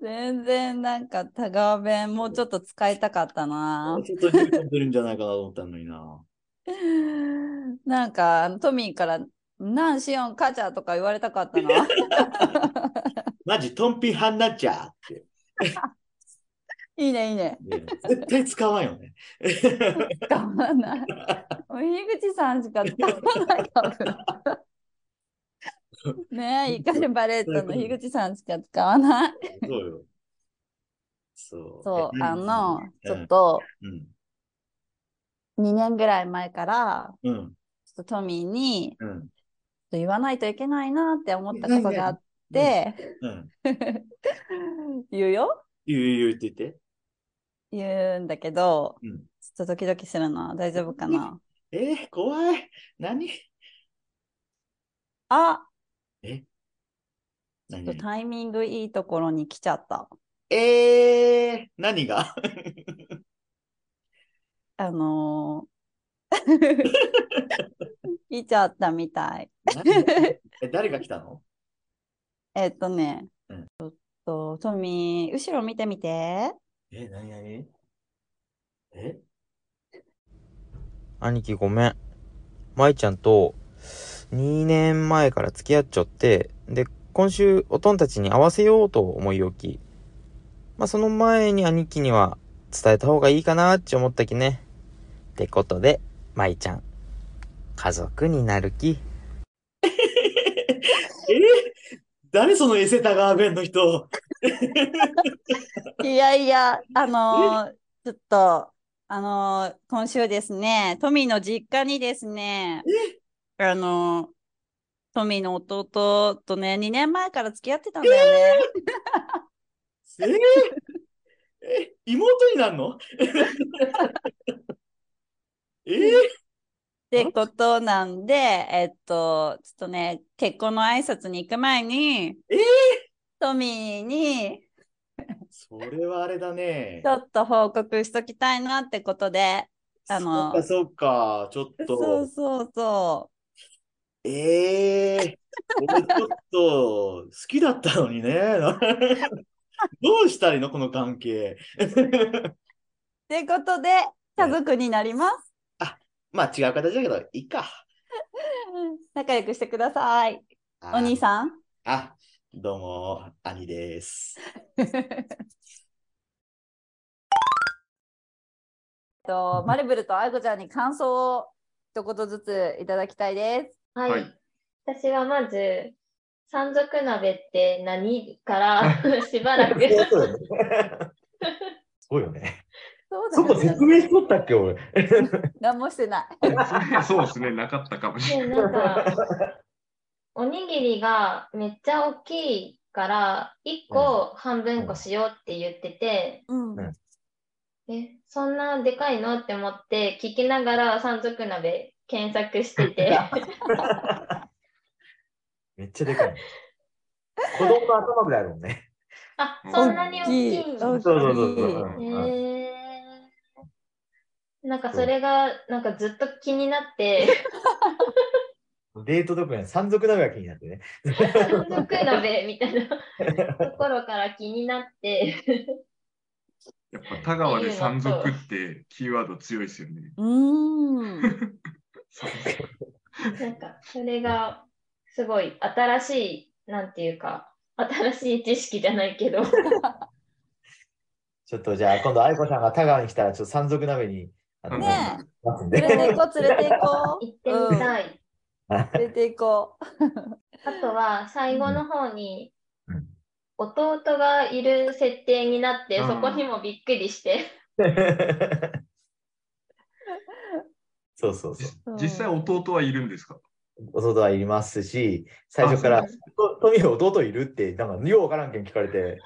全然なんかタガー弁もうちょっと使いたかったな。ちょっとニコン出るんじゃないかなと思ったのにな。 なんかあのトミーから「なんしよんかちゃ」とか言われたかった な。マジ、トンピ派になっちゃうって。いいねいいね。ね絶対使わんよね。使わない。もう樋口さんしか使わない多分。 ねえ、イカリバレットの樋口さんしか使わない。そうよ。そう。そう、えあの、ちょっ。何とうん。 2年ぐらい前から、うん。ちょっとトミーに、うん。ちょっと言わないといけないなって思ったことがあって、うん。言うよ言う言う言って言って。言うんだけど、うんちょっとドキドキするな。大丈夫 かなえー、怖い。何あ、何ちょっ何とタイミングいいところに来ちゃった。えー、何があの ー来ちゃったみたい。何 え誰が来たのえっとね、うんちょっと、トミー、後ろ見て みて。え、何何え兄貴ごめん。舞ちゃんと2年前から付き合っちゃって、で、今週おとんたちに会わせようと思い置き。まあ、その前に兄貴には伝えた方がいいかなって思ったきね。ってことで、舞ちゃん、家族になるき。 え誰そのエセタガーベンの人いやいや、あのーちょっと、あのー今週ですね、トミーの実家にですね、あのートミーの弟とね、2年前から付き合ってたんだよね。えー、え妹になんの えー、ってことなんで、えっと、ちょっとね、結婚の挨拶に行く前に、えートミーにそれはあれだねち。ょっと報告しときたいなってことで、あのそっかそっか、ちょっと。そうそうそええ俺ちょっと好きだったのにね。 どうしたらいいのこの関係。う。ってことで、家族になります。まあ違う形だけど、いいか。仲良くしてください。お兄ん。さ ん。あ、どうも、兄です。えっと、マルブルとアイコちゃんに感想を一言ずついただきたいです。はい。はい私はまず、山賊鍋って何からしばらく。そう よね。そうよね。そうそこ説明しとったっけ、俺。何もしてない。 そうですね、なかったかもしれない。でなんか、おにぎりがめっちゃ大きいから、1個半分こしようって言ってて、うんうんえ、そんなでかいのって思って、聞きながら山賊鍋検索してて、めっちゃでかい。子供の頭ぐらいあるもんね。あ、そんなに大きいんだ大きいそうそうそうそうへうんうん。ーなんかそれがなんかずっと気になって デートとかに山賊鍋が気になってね。山賊鍋みたいなところから気になってやっぱ田川で山賊ってキーワード強いですよね。う ーん。そうなんかそれがすごい新しいなんていうか新しい知識じゃないけどちょっとじゃあ、今度、愛子さんが田川に来たら、ちょっと山賊鍋に。あのね待つんえ、で連れて行こう、連れて行こ行ってみたい、う。連れて行こあとは最後の方にうん弟がいる設定になってそこにもびっくりしてそうそうそう。実実際弟はいるんですか弟はいますし、最初からあ、そうとトミー弟いるって、なんか、ようわからんけん聞かれて。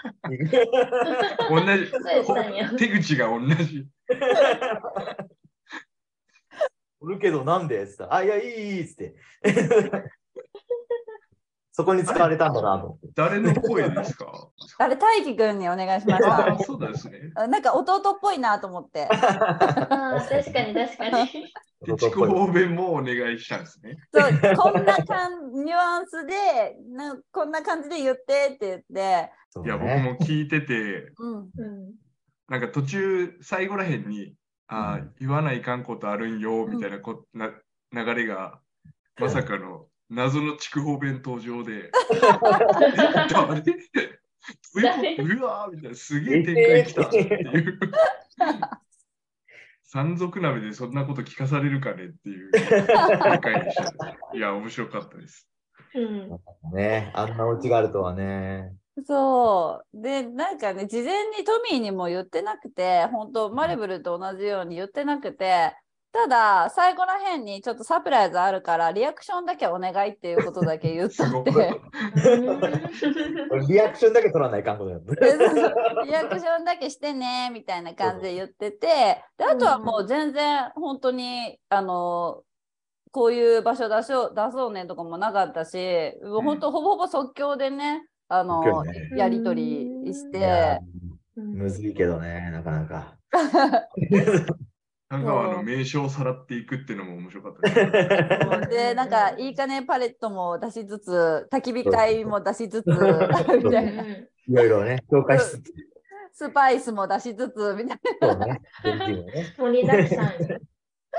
同じそうやったんやほ手口が同じ。おるけどなんでっつったら、あ、いや、いい、いい、っつって。そこに使われたんだなと思って。誰の声ですかあれ、大輝くんにお願いしましあた。そうなんですね。なんか弟っぽいなと思 って。あー確かに確かに。 で、筑豊弁もお願いしたんですね。そう、こんなかん、ニュアンスで、なこんな感じで言ってって言って、いや、僕も聞いてて、うん、うんなんか途中、最後らへんに、あー言わないかんことあるんよ、みたいなこな流れが、まさかの謎の筑豊弁登場で、誰どういうことうわーみたいな、すげえ展開来たっていう。山賊鍋でそんなこと聞かされるかねっていう展開でしたね。いや、面白かったです。うん ね、あんなオチがあるとはね。そう。で、なんかね、事前にトミーにも言ってなくて、本当マレブルと同じように言ってなくて、ただ、最後らへんにちょっとサプライズあるから、リアクションだけお願いっていうことだけ言っすたごっいて。リアクションだけ取らないかんことだよ。でそうそう リアクションだけしてねみたいな感じで言っててであとはもう全然本当にあのこういう場所出しよう出そうねとかもなかったしもう本当ほぼほぼ即興でねあ の、今日ねやり取りしいやてむずいけどね、なかな か。香川の名所をさらっていくっていうのも面白かったです。でなんかいいかねパレットも出しつつ焚き火会も出しつつ みたいなうんいろいろね、紹介しつつ、スパイスも出しつつみたいそう ね、全チームをね。盛りだくさん。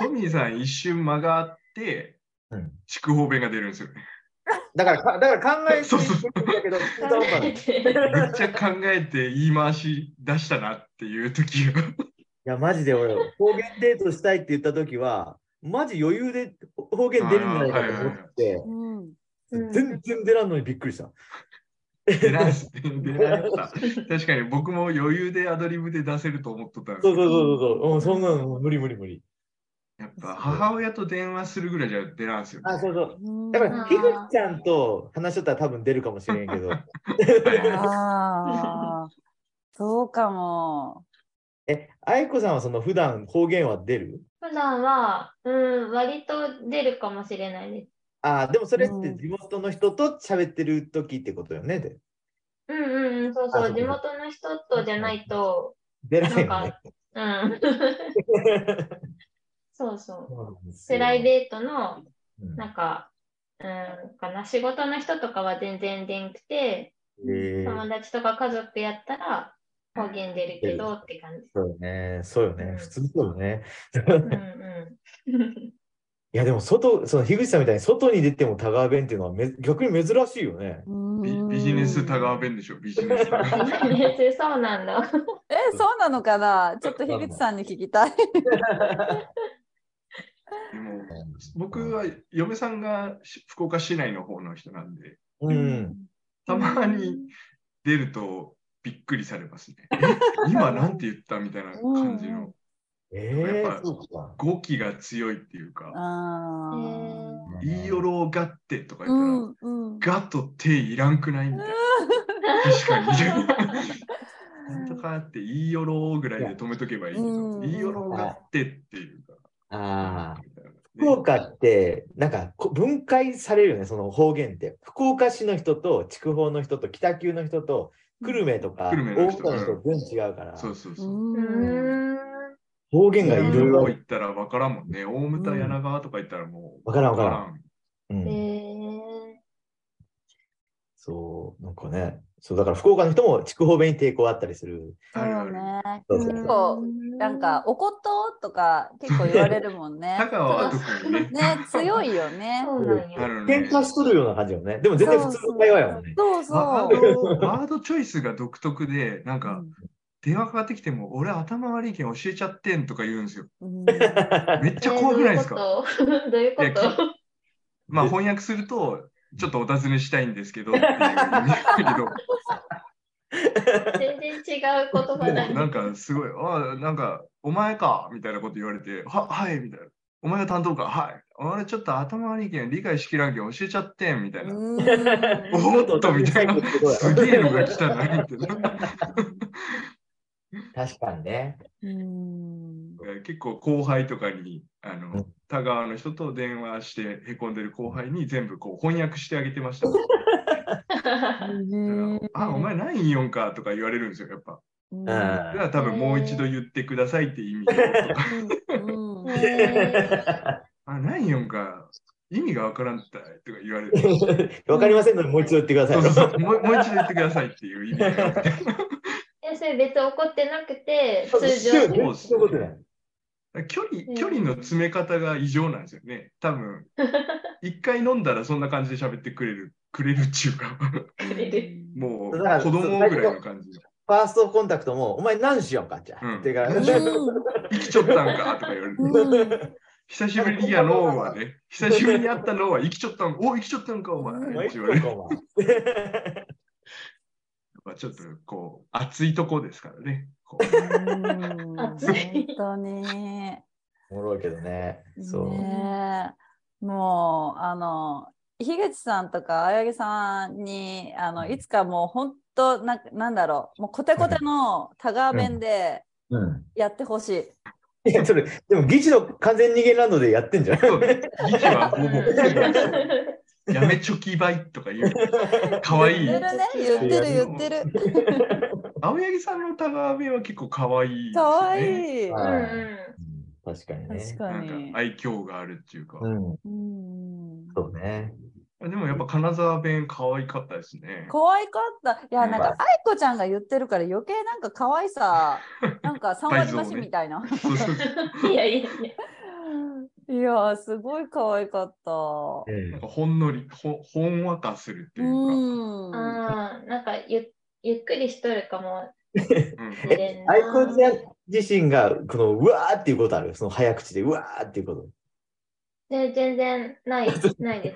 トミーさん一瞬間があって、うん筑豊弁が出るんですよね。だからか、だから考えてそうそうるんだけど、聞いたことない。いめっちゃ考えて言い回し出したなっていう時が。や、マジで俺、方言デートしたいって言った時は、マジ余裕で方言出るんじゃないかと思ってな、、うん、うん全然出らんのにびっくりした。出なす出なかった。確かに僕も余裕でアドリブで出せると思っとったんですそうけそうど、そうそう、うん、そんなの無理無理無理。やっぱ母親と電話するぐらいじゃ出なんですよね。あ、そうそう。うんだかうら、ん樋口ちゃんと話しとったら多分出るかもしれんけど、はいはいあーそうかも。え、愛子さんはその普段方言は出る普段は、うん、割と出るかもしれないです。あーでもそれってうん地元の人と喋ってる時ってことよね。でうんうんうん、そうあそ、そうう地元の人とじゃないと、出られなないんよね か。うん、そうそう。世代代。デートうの、んなんか、うん、かな、仕事の人とかは全然出んくて、えー友達とか家族やったら方言出るけどって感じ。そうよね。そうよね。普通そうよね。うんうん。いや、でも外、その樋口さんみたいに外に出ても田川弁っていうのはめ逆に珍しいよね。ビビビジネス田川弁でしょ、ビジネス田川弁。別にそうなんだ。え、そうなのかなちょっと樋口さんに聞きたい。で も僕は嫁さんがし福岡市内の方の人なんで、うん。たまに出るとびっくりされますね。え今なんて言ったみたいな感じのええやっぱー、そうか。語気が強いっていうか、あえーー言いよろがってとかう言ったら、んうん。ガと手いらんくないみたいな。確かに。なんとかって言いよろぐらいで止めとけばいいけうど、ん言いよろがってっていうか。ああ。で福岡って、なんかこ分解されるよね、その方言って。福岡市の人と、筑豊の人と、北九の人と、久留米とか、久留米の大人分の人、全然違うから、そうそううそう。ん方言がいいろいろろ行ったら分からんもんね。大牟田、柳川とか行ったらもう。わからんわからんん。うんえそう、なんかね、そうだから福岡の人も筑豊弁に抵抗あったりする。そあるあうる。ね。そうそう結構、なんか、おこととか結構言われるも んね。高は特にね。ね、強いよー、ね。そうなんあや。るね喧。嘩しとるような感じよね。でも全然普通の会話やもんね。そうワそーう。ドワードチョイスが独特で、なんか、電話かかってきても、俺頭悪いけん教えちゃってんとか言うんですよ。うんめっちゃ怖くないですか、えーどういうこと どういうことまあ翻訳すると、ちょっとお尋ねしたいんですけ どっていう意味だけど、全然違う言葉でもだ。なんかすごい、ああ、なんか、お前かみたいなこと言われて、は、はい、みたいな。お前が担当か、はい。俺ちょっと頭悪いけん、理解しきらんけん教えちゃってん、みたいな。うんおーっとみたいな。すげえのが来たな、みたいな。確かにね。うん結構後輩とかに、あの、うん田川の人と電話して、へこんでる後輩に全部こう翻訳してあげてました。あ、お前ライン4かとか言われるんですよ、やっぱ。ん だから多分もう一度言ってくださいって意味で。あ、ライン4か。意味がわからんったいとか言われ る。わかりませんので、もう一度言ってください。そうそうそうもうもう一度言ってくださいっていう意味が。え、それ別に怒ってなくて、通そう 常。です距離、距離の詰め方が異常なんですよね。多分、一回飲んだらそんな感じで喋ってくれる、くれるっていうか、もうだから子供ぐらいの感じ。ファーストコンタクトも、お前何しようか、じゃあ。ってから、生きちょったんかとか言われる。久しぶりにやのうはね、久しぶりに会ったのは生きちょったん、お生きちょったんか、お前って言われる。やっぱちょっとこう、熱いとこですからね。本当ね。おもろいけどね。そう。ねえもうあの樋口さんとか青柳さんにあのいつかもう本当なんかなんだろうもうコテコテのタガー弁でうん。やってほしい。いや、それ、でも、議事の完全人間ランドでやってんじゃん。議事はほぼ、やめちょきばいとか言う。かわいい。言ってるね言ってる言ってる。青柳さんの田川弁は結構かわいい。かわいい。う確かにね。確かに。ん愛嬌があるっていうか。うん。そうね。でもやっぱ金沢弁可愛かったですね。可愛かった。いや、なんうかん、愛子ちゃんが言ってるから余計なんか可愛さ、なんか3割増しみたいな。いやいやいいや。や、すごい可愛かった。なんかほんのりほ、ほんわかするっていう。うん。あーなんかゆ、ゆっくりしとるかも。え、アイコちゃん自身が、この、うわーっていうことあるその早口で、うわーっていうこと。で全然ない、ないです、ないです。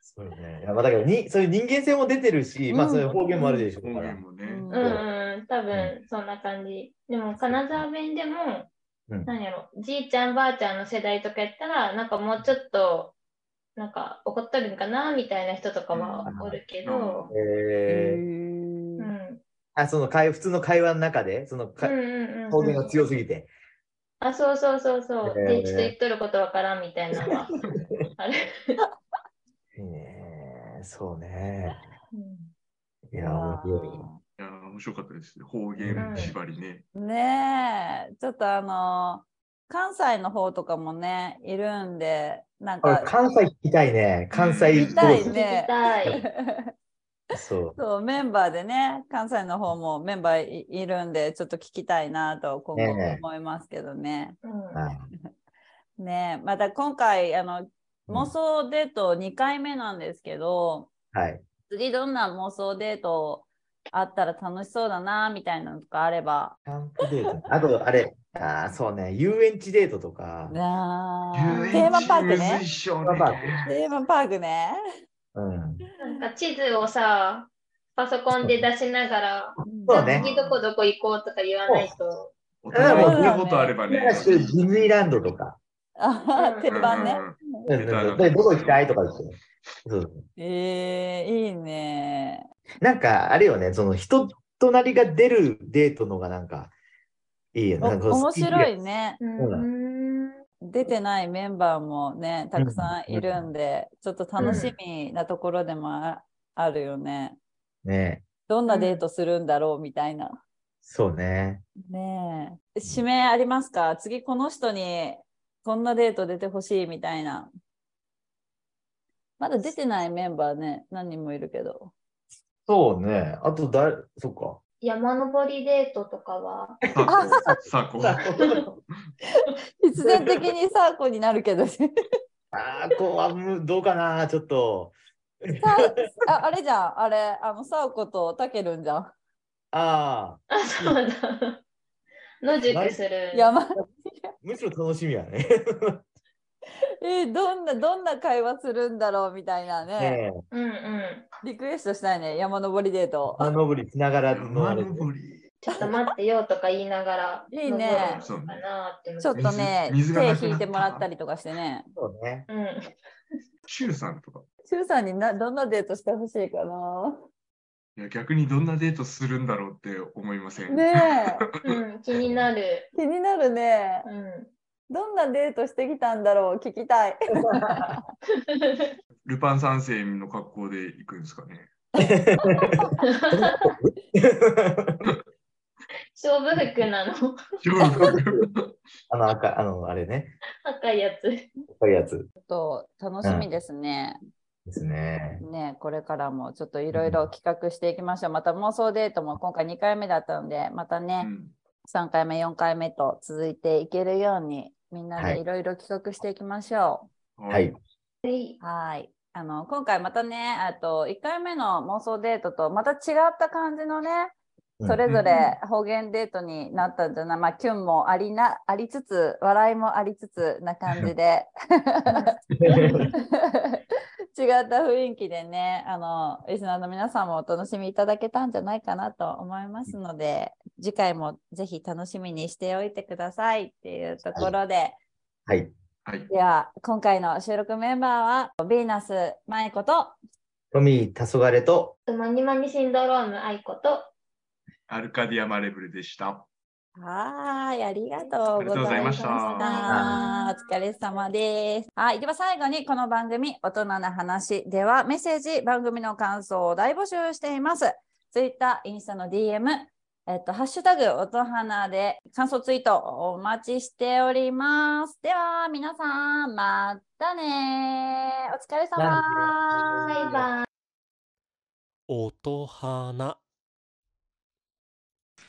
そうよね。いやまあ、だけどに、そういう人間性も出てるし、まあ、そういう方言もあるでしょうから。うんうん、多分そんな感じ。でも、金沢弁でも、うん何やろ、じいちゃん、ばあちゃんの世代とかやったら、なんかもうちょっと、なんか怒っとるんかなみたいな人とかはおるけど、えうん、うん、あ、その会、普通の会話の中で、そのか、うんうん。方言が強すぎて。あ、そうそうそうそう。へーで、ちょっと言っとることわからんみたいなの は。あれ。えーそうね。いや、うん面白いやー面白かったです。方言縛りね。ねえ、ちょっとあの、関西の方とかもね、いるんで、なんい。あか、関西聞きたいね。関西聞きたいそうね。そう。そう、メンバーでね、関西の方もメンバーいいるんで、ちょっと聞きたいなと今後ねえ思いますけどね。はいねえまた今回、あの、妄想デート2回目なんですけど、はい。次どんな妄想デートあったら楽しそうだな、みたいなのとかあれば。キャンプデート。あと、あれ、あーそうね、遊園地デートとか。な遊園地テーマパークむねずいっ。しょねテーマパークね。うん。なんか地図をさ、パソコンで出しながら、そうねじゃあ次どこどこ行こうとか言わないと。お互い行ったことあればね。ディズニーランドとか。鉄板ね。うんうんでどこ行きたいとか言って。そうそうえー、いいね。なんか、あれよね、その人となりが出るデートのがなんか、いいよね。なんか面白い好ね。そうだ出てないメンバーもね、たくさんいるんで、ちょっと楽しみなところでもああるよね。きね。どんなデートするんだろうみたいな。そうね。ねえ。指名ありますか次この人にこんなデート出てほしいみたいな。まだ出てないメンバーね、何人もいるけど。そうね。あと誰、そっ か。山登りデートとかは。サコ。必然的にサーコになるけどね。あーこうはむどうかな、ちょっと。ああれじゃん、あれ、あの、サーコとタケルンじゃん。ああ、そうだ。野宿する。やばい。あ、むしろ楽しみやね。えーどんな、どんな会話するんだろうみたいなね。ねえうんうん。リクエストしたいね、山登りデート。山登りしながらのあれで。ちょっと待ってよとか言いながら。いいね登ろうかなって思ちょっとね、水水がなくなった手引いてもらったりとかしてね。そうね。うん。シュウさんとか。しゅうさんになどんなデートしてほしいかな。いや、逆にどんなデートするんだろうって思いません。ね うん、気になる。え、気になるね。うん。 どんなデートしてきたんだろう、聞きたい。ルパン三世の格好で行くんですか ね。勝負服なの あの赤、あの、あれね、赤いやつ。赤いやつちょっと楽しみですね。ですね。ねこれからもちょっといろいろ企画していきましょう。また妄想デートも今回2回目だったので、またね、3回目、4回目と続いていけるように、みんなはでいいろいろ企画していきましょはい。う。はい。あの、今回またね、あと1回目の妄想デートとまた違った感じのね、うんそれぞれ方言デートになったんじゃない、まあ、キュンもありな、ありつつ、笑いもありつつな感じで、 違った雰囲気でね、あの、リスナーの皆さんもお楽しみいただけたんじゃないかなと思いますので、次回もぜひ楽しみにしておいてくださいっていうところで、はい。では、今回の収録メンバーは、ヴィーナス舞子と、トミー、黄昏と、マニマニシンドローム愛子と、アルカディアマレブルでした。はーい、ありがとうございました。あお疲れ様です。はい、では最後にこの番組、大人な話ではメッセージ、番組の感想を大募集しています。ツイッター、インスタの DM、えっと、ハッシュタグ、音花で感想ツイートお待ちしております。では、皆さん、またねお疲れ様バイバイ。音花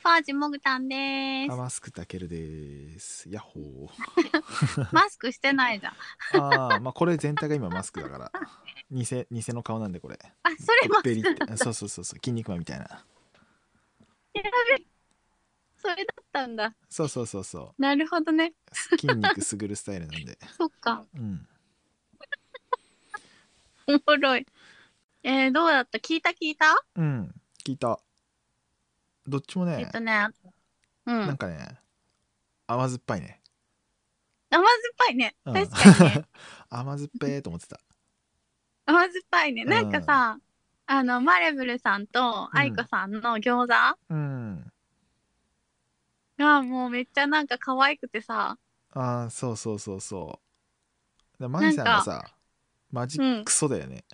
パージモグタンですあ。マスクたけるです。ヤッホマスクしてないじゃん。ー。ああ、まあこれ全体が今マスクだから。偽、偽の顔なんでこれ。あ、それマベリスっク。て。そうそうそうそう、筋肉マンみたいな。やべそれだったんだ。そうそうそうそなるほどね。う。筋肉すぐるスタイルなんで。 そっか。うん。おもろい。えー、どうだった聞いた聞いたうん。聞いた。どっちもえっねと、ね。うん。な甘ん酸っかね、甘酸っぱいね。ぱいね。うん確かにね。甘酸っぱいと思ってた。甘酸っぱいね。うんなんかさ、あの、マレブルさんと愛子さんの餃子うん。がもうめっちゃなんか可愛くてさ、ああ、そうそうそうそう。でマリさんがなさ、マジクソだよね。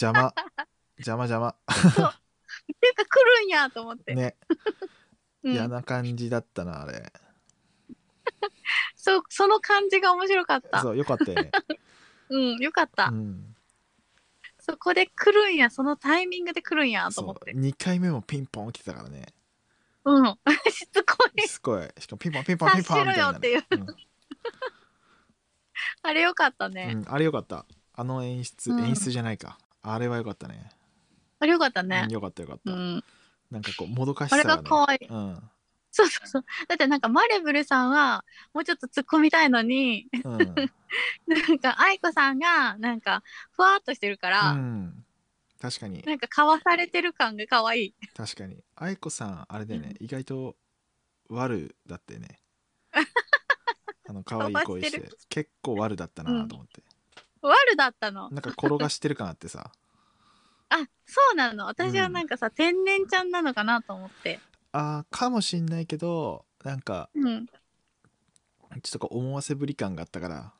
邪魔。邪魔邪魔。てか来るんやと思って。ね。うん嫌な感じだったな、あれ。そう、その感じが面白かった。そう、よかったよね。うん、よかった、うん。そこで来るんや、そのタイミングで来るんやと思って。 2回目もピンポン来てたからね。うん。しつこい。すごい。しかもピンポンピンポンピ察ンしポンろみたいなよっね、ていう。あれよかったね、うん、あれよかった。あの演出、うん演出じゃないか。あれはよかったね。あれよかったねうん。よかったよかった。うんなんかこう、もどかしさが、ね。あれが可愛いうん。そうそうそう。だってなんかマレブルさんはもうちょっと突っ込みたいのに、 うんなんか愛子さんがなんかふわっとしてるから、うん。確かに。なんかかわされてる感が可愛い。確かに。愛子さん、あれだよね。意外と悪だってね。あの、可愛い声して。飛ばしてる結構悪だったなと思って。悪だったの。なんか転がしてる感あってさ。 あ、そうなの。私はなんかさ、天然ちゃんなのかなと思って。あーかもしんないけどなんかうん。ちょっとこう思わせぶり感があったから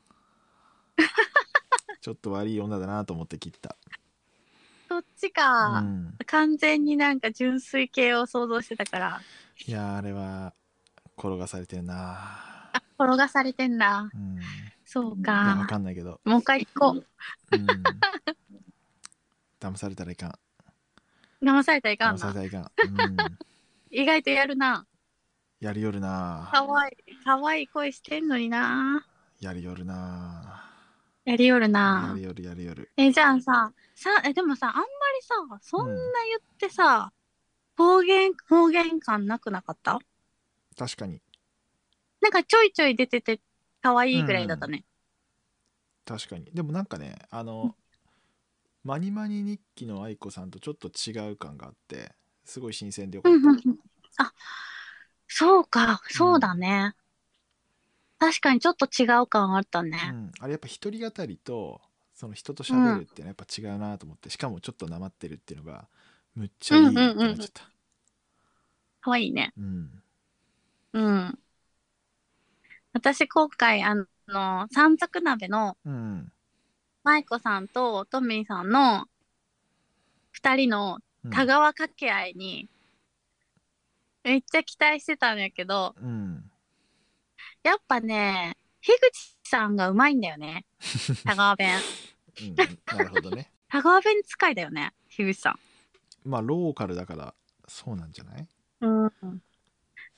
ちょっと悪い女だなと思って切ったそっちか、うん完全になんか純粋系を想像してたから、いやーあれは転がされてるなあ、転がされてんだ。うんそういやわか。かんないけどもう一回聞こうん騙されたらいかんう。騙されたらいかん騙されなた。ら いかん、うん、意外とやるな。やりよるなかわいい、かわいい声してんのにな。やりよるなやりよるやなり。よるやりよるえ、じゃあさ、さ、え、でもさ、あんまりさ、そんな言ってさ、方言、方言感なくなかった確かになんかちょいちょい出てて、かわいいぐらいだったね。確かにでもなんかねあの、マニマニ日記の愛子さんとちょっと違う感があってすごい新鮮でよかうっんた、うんうん。あ、そうか、そうだね。確かにちょっと違う感あったね。うんあれやっぱ一人語りとその人と喋るっていうのはやっぱ違うなと思って、しかもちょっとなまってるっていうのがむっちゃいいってなっちゃった、かわいいね。うんうん。私今回、あの、三作鍋のうんマイコさんとトミーさんの二人の田川掛け合いに、めっちゃ期待してたんやけど、うん。やっぱね、樋口さんがうまいんだよね。田川弁。なるほどね。田川弁使いだよね、樋口さん。まあ、ローカルだから、そうなんじゃないうん。い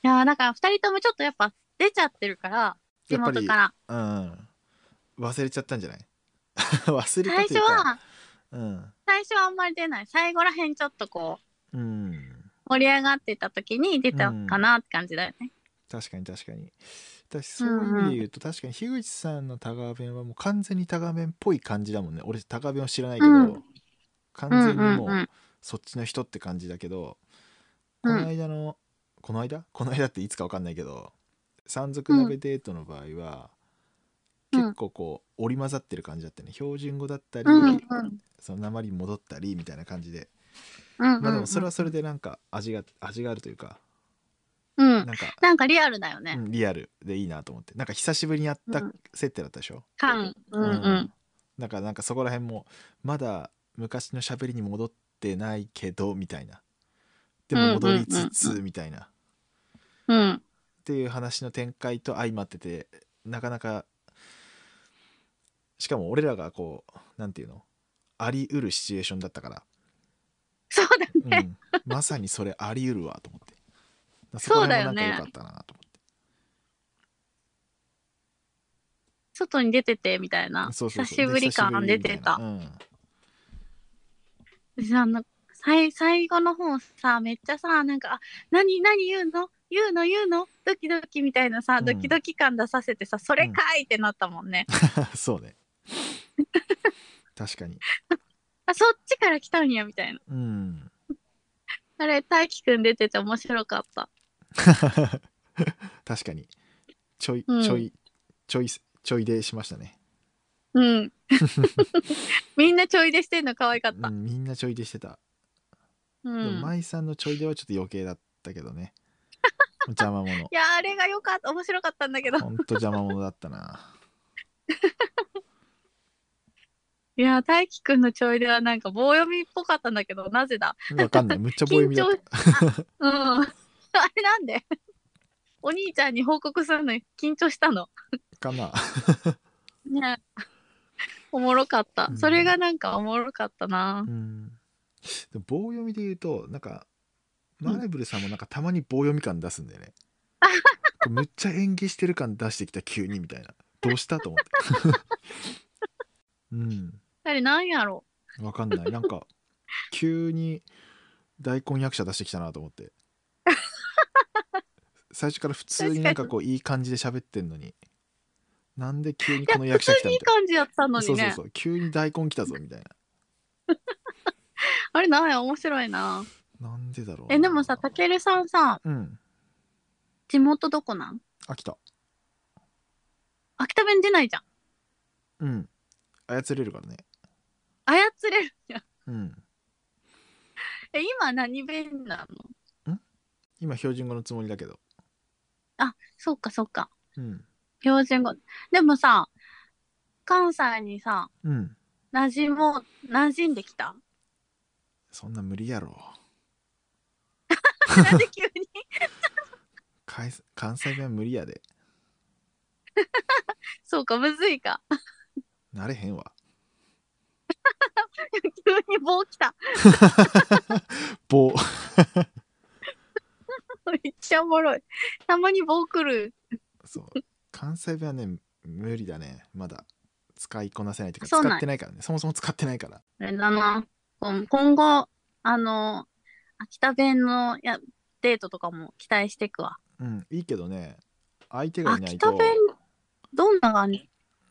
やーだから二人ともちょっとやっぱ出ちゃってるから、地やっぱ元り、から。うん。忘れちゃったんじゃない忘れ最たと初いうか。は、うん。最初はあんまり出ない。最後らへんちょっとこうう、ん。盛り上がってた時に出たかなって感じだよね。確かに確かに。私、そういう意味で言うと、確かに樋口さんの田川弁はもう完全に田川弁っぽい感じだもんね。俺、田川弁を知らないけど、うん完全にもう、うんうんうんそっちの人って感じだけど、うこんの間の、この間この間っていつかわかんないけど、山賊鍋デートの場合は、うん結構こう、織り交ざってる感じだったね。標準語だったり、うんうんその訛りに戻ったりみたいな感じで。うんうんうんまあでも、それはそれでなんか味が、味があるというか、うん。なんか、なんかリアルだよね。うんリアルでいいなと思ってなんか久しぶりにやったうん設定だったでしょ、感。うんう。うんだからなんかそこら辺もまだ昔の喋りに戻ってないけどみたいなでも戻りつうんうんうんつうんみたいなっうん。ていう話の展開と相まっててなかなかしかも俺らがこうなんていうのあり得るシチュエーションだったからそうだね、うんまさにそれあり得るわと思ってからそこら辺もなんか良かったなと思って外に出ててみたいな。そうそうそう久しぶり感出てた。私あの最最後の方さめっちゃさなんかあ何何言うの言うの言うのドキドキみたいなさ、うんドキドキ感出させてさそれかいってなったもんね、そうね確かにあそっちから来たんやみたいなうんあれ大輝くん出てて面白かった確かにちょいうんちょい、ちょいちょいでしましたね、うん みんなちょいでしてんの可愛かった、うんみんなちょいでしてた、うでもん、舞さんのちょいではちょっと余計だったけ どね邪魔者いやあれがよかった面白かったんだけどほんと邪魔者だったないやー大輝くんのちょいではなんか棒読みっぽかったんだけどなぜだわかんないむっちゃ棒読みだっ緊たうん。 あれなんでお兄ちゃんに報告するのに緊張したの。かなねえおもろかったう。んそれがなんかおもろかったな。うんでも棒読みで言うとなんかマーレブルさんもなんかたまに棒読み感出すんだよね、これむっちゃ演技してる感出してきた急にみたいなどうしたと思ってうんあれなんやろわかんない。な んか、急に大根役者出してきたなと思って。最初から普通になんかこう、いい感じで喋ってんのに。なんで急にこの役者来たいみいたい感じやったのな。にそうそうねそ。う。急に大根来たぞみたいあれなんや面白いな。な。なんでだろう。え、でもさ、たけるさんさ、うん。地元どこなん秋田。秋田弁出ないじゃん。うん。操れるからね。操れるじゃん。うん。え、今何弁なの今、標準語のつもりだけど。あ、そっかそっか。うん。標準語。でもさ、関西にさ、うん。馴染もう、馴染んできたそんな無理やろ。 なんで急に 関西関西弁は無理やで。そうか、むずいか。なれへんわ。 急に棒来た。 棒。 めっちゃおもろい。たまに棒来る。関西弁はね無理だねまだ使いこなせないというかそうなん使ってないからねそもそも使ってないからあれだな。こん今後、あの、秋田弁のやデートとかも期待していくわ。うんいいけどね相手がいな秋い田と弁、どんな感じ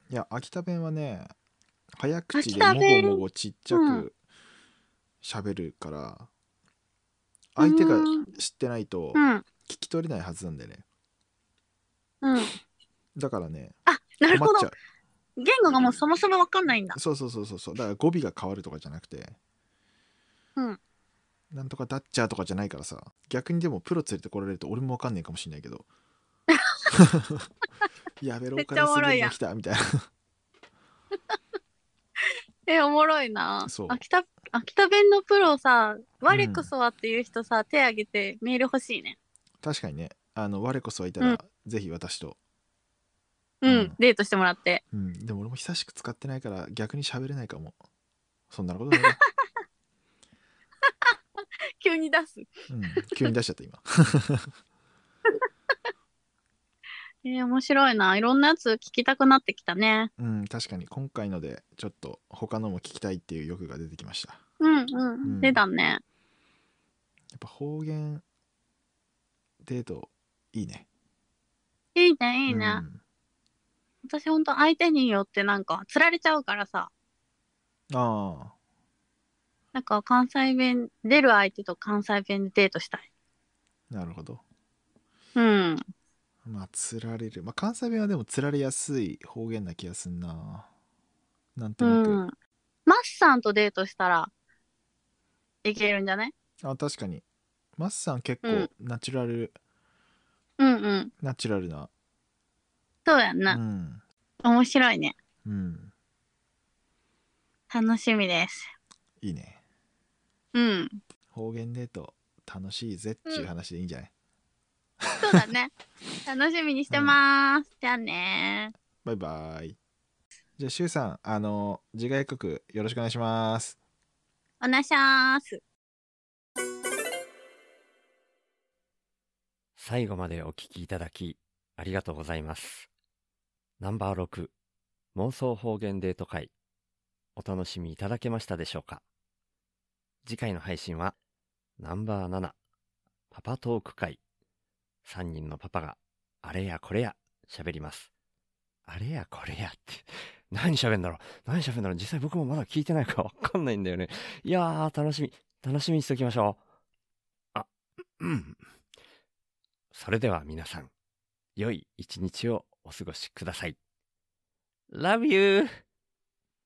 いや秋田弁はね早口秋で田も弁ごもごちっちゃうんく喋るから、相手がうん知ってないとうん聞き取れないはずなんだよねうん。だからねなるほ困っどちゃ。言語がもうそもそもわかんないんだ。うそうそうそうそうそうだから語尾が変わるとかじゃなくてうん。なんとかダッチャーとかじゃないからさ逆にでもプロ連れてこられると俺もわかんないかもしれないけどやべろめっうちかゃらおすもろぐいにやん来たみたいなえ、おもろいな。そう秋田、秋田弁のプロさ、我こそはっていう人さ、手挙げてメール欲しいね。確かにねあの我こそはいたら、うんぜひ私と、うん、デートしてもらって。うん、でも俺も久しく使ってないから逆に喋れないかもそんなことないな急に出す。うん、急に出しちゃっ た今えー面白いな。いろんなやつ聞きたくなってきたね。うん確かに今回のでちょっと他のも聞きたいっていう欲が出てきましたうんうん。うん出たね。やっぱ方言デートいいねいいね、いいね。うん私ほんと相手によってなんか、釣られちゃうからさ、ああなんか関西弁、出る相手と関西弁でデートしたい。なるほどうん。まあつられるまあ関西弁はでもつられやすい方言な気がすんななんとうなく、ん。マッサンとデートしたら、いけるんじゃないあ確かにマスさん結うん構ナチュラル、うんうん。ナチュラルなそうやんうな。ん面白いね。うん楽しみです。いいねうん。方言デート楽しいぜっていう話でいいんじゃない、そうだね。楽しみにしてまーす。じゃあねー。バイバイじゃあしゅうさんあの自害国よろしくお願いしますおなしゃーす。最後までお聞きいただき、ありがとうございます。ナンバー6、妄想方言デート会、お楽しみいただけましたでしょうか次回の配信は、ナンバー7、パパトーク会。3人のパパが、あれやこれや、喋ります。あれやこれやって、何喋るんだろう何喋るんだろう実際僕もまだ聞いてないからわかんないんだよね。いやー、楽しみ、楽しみにしておきましょう。あ、うん。それでは皆さん、良い一日をお過ごしください。Love you!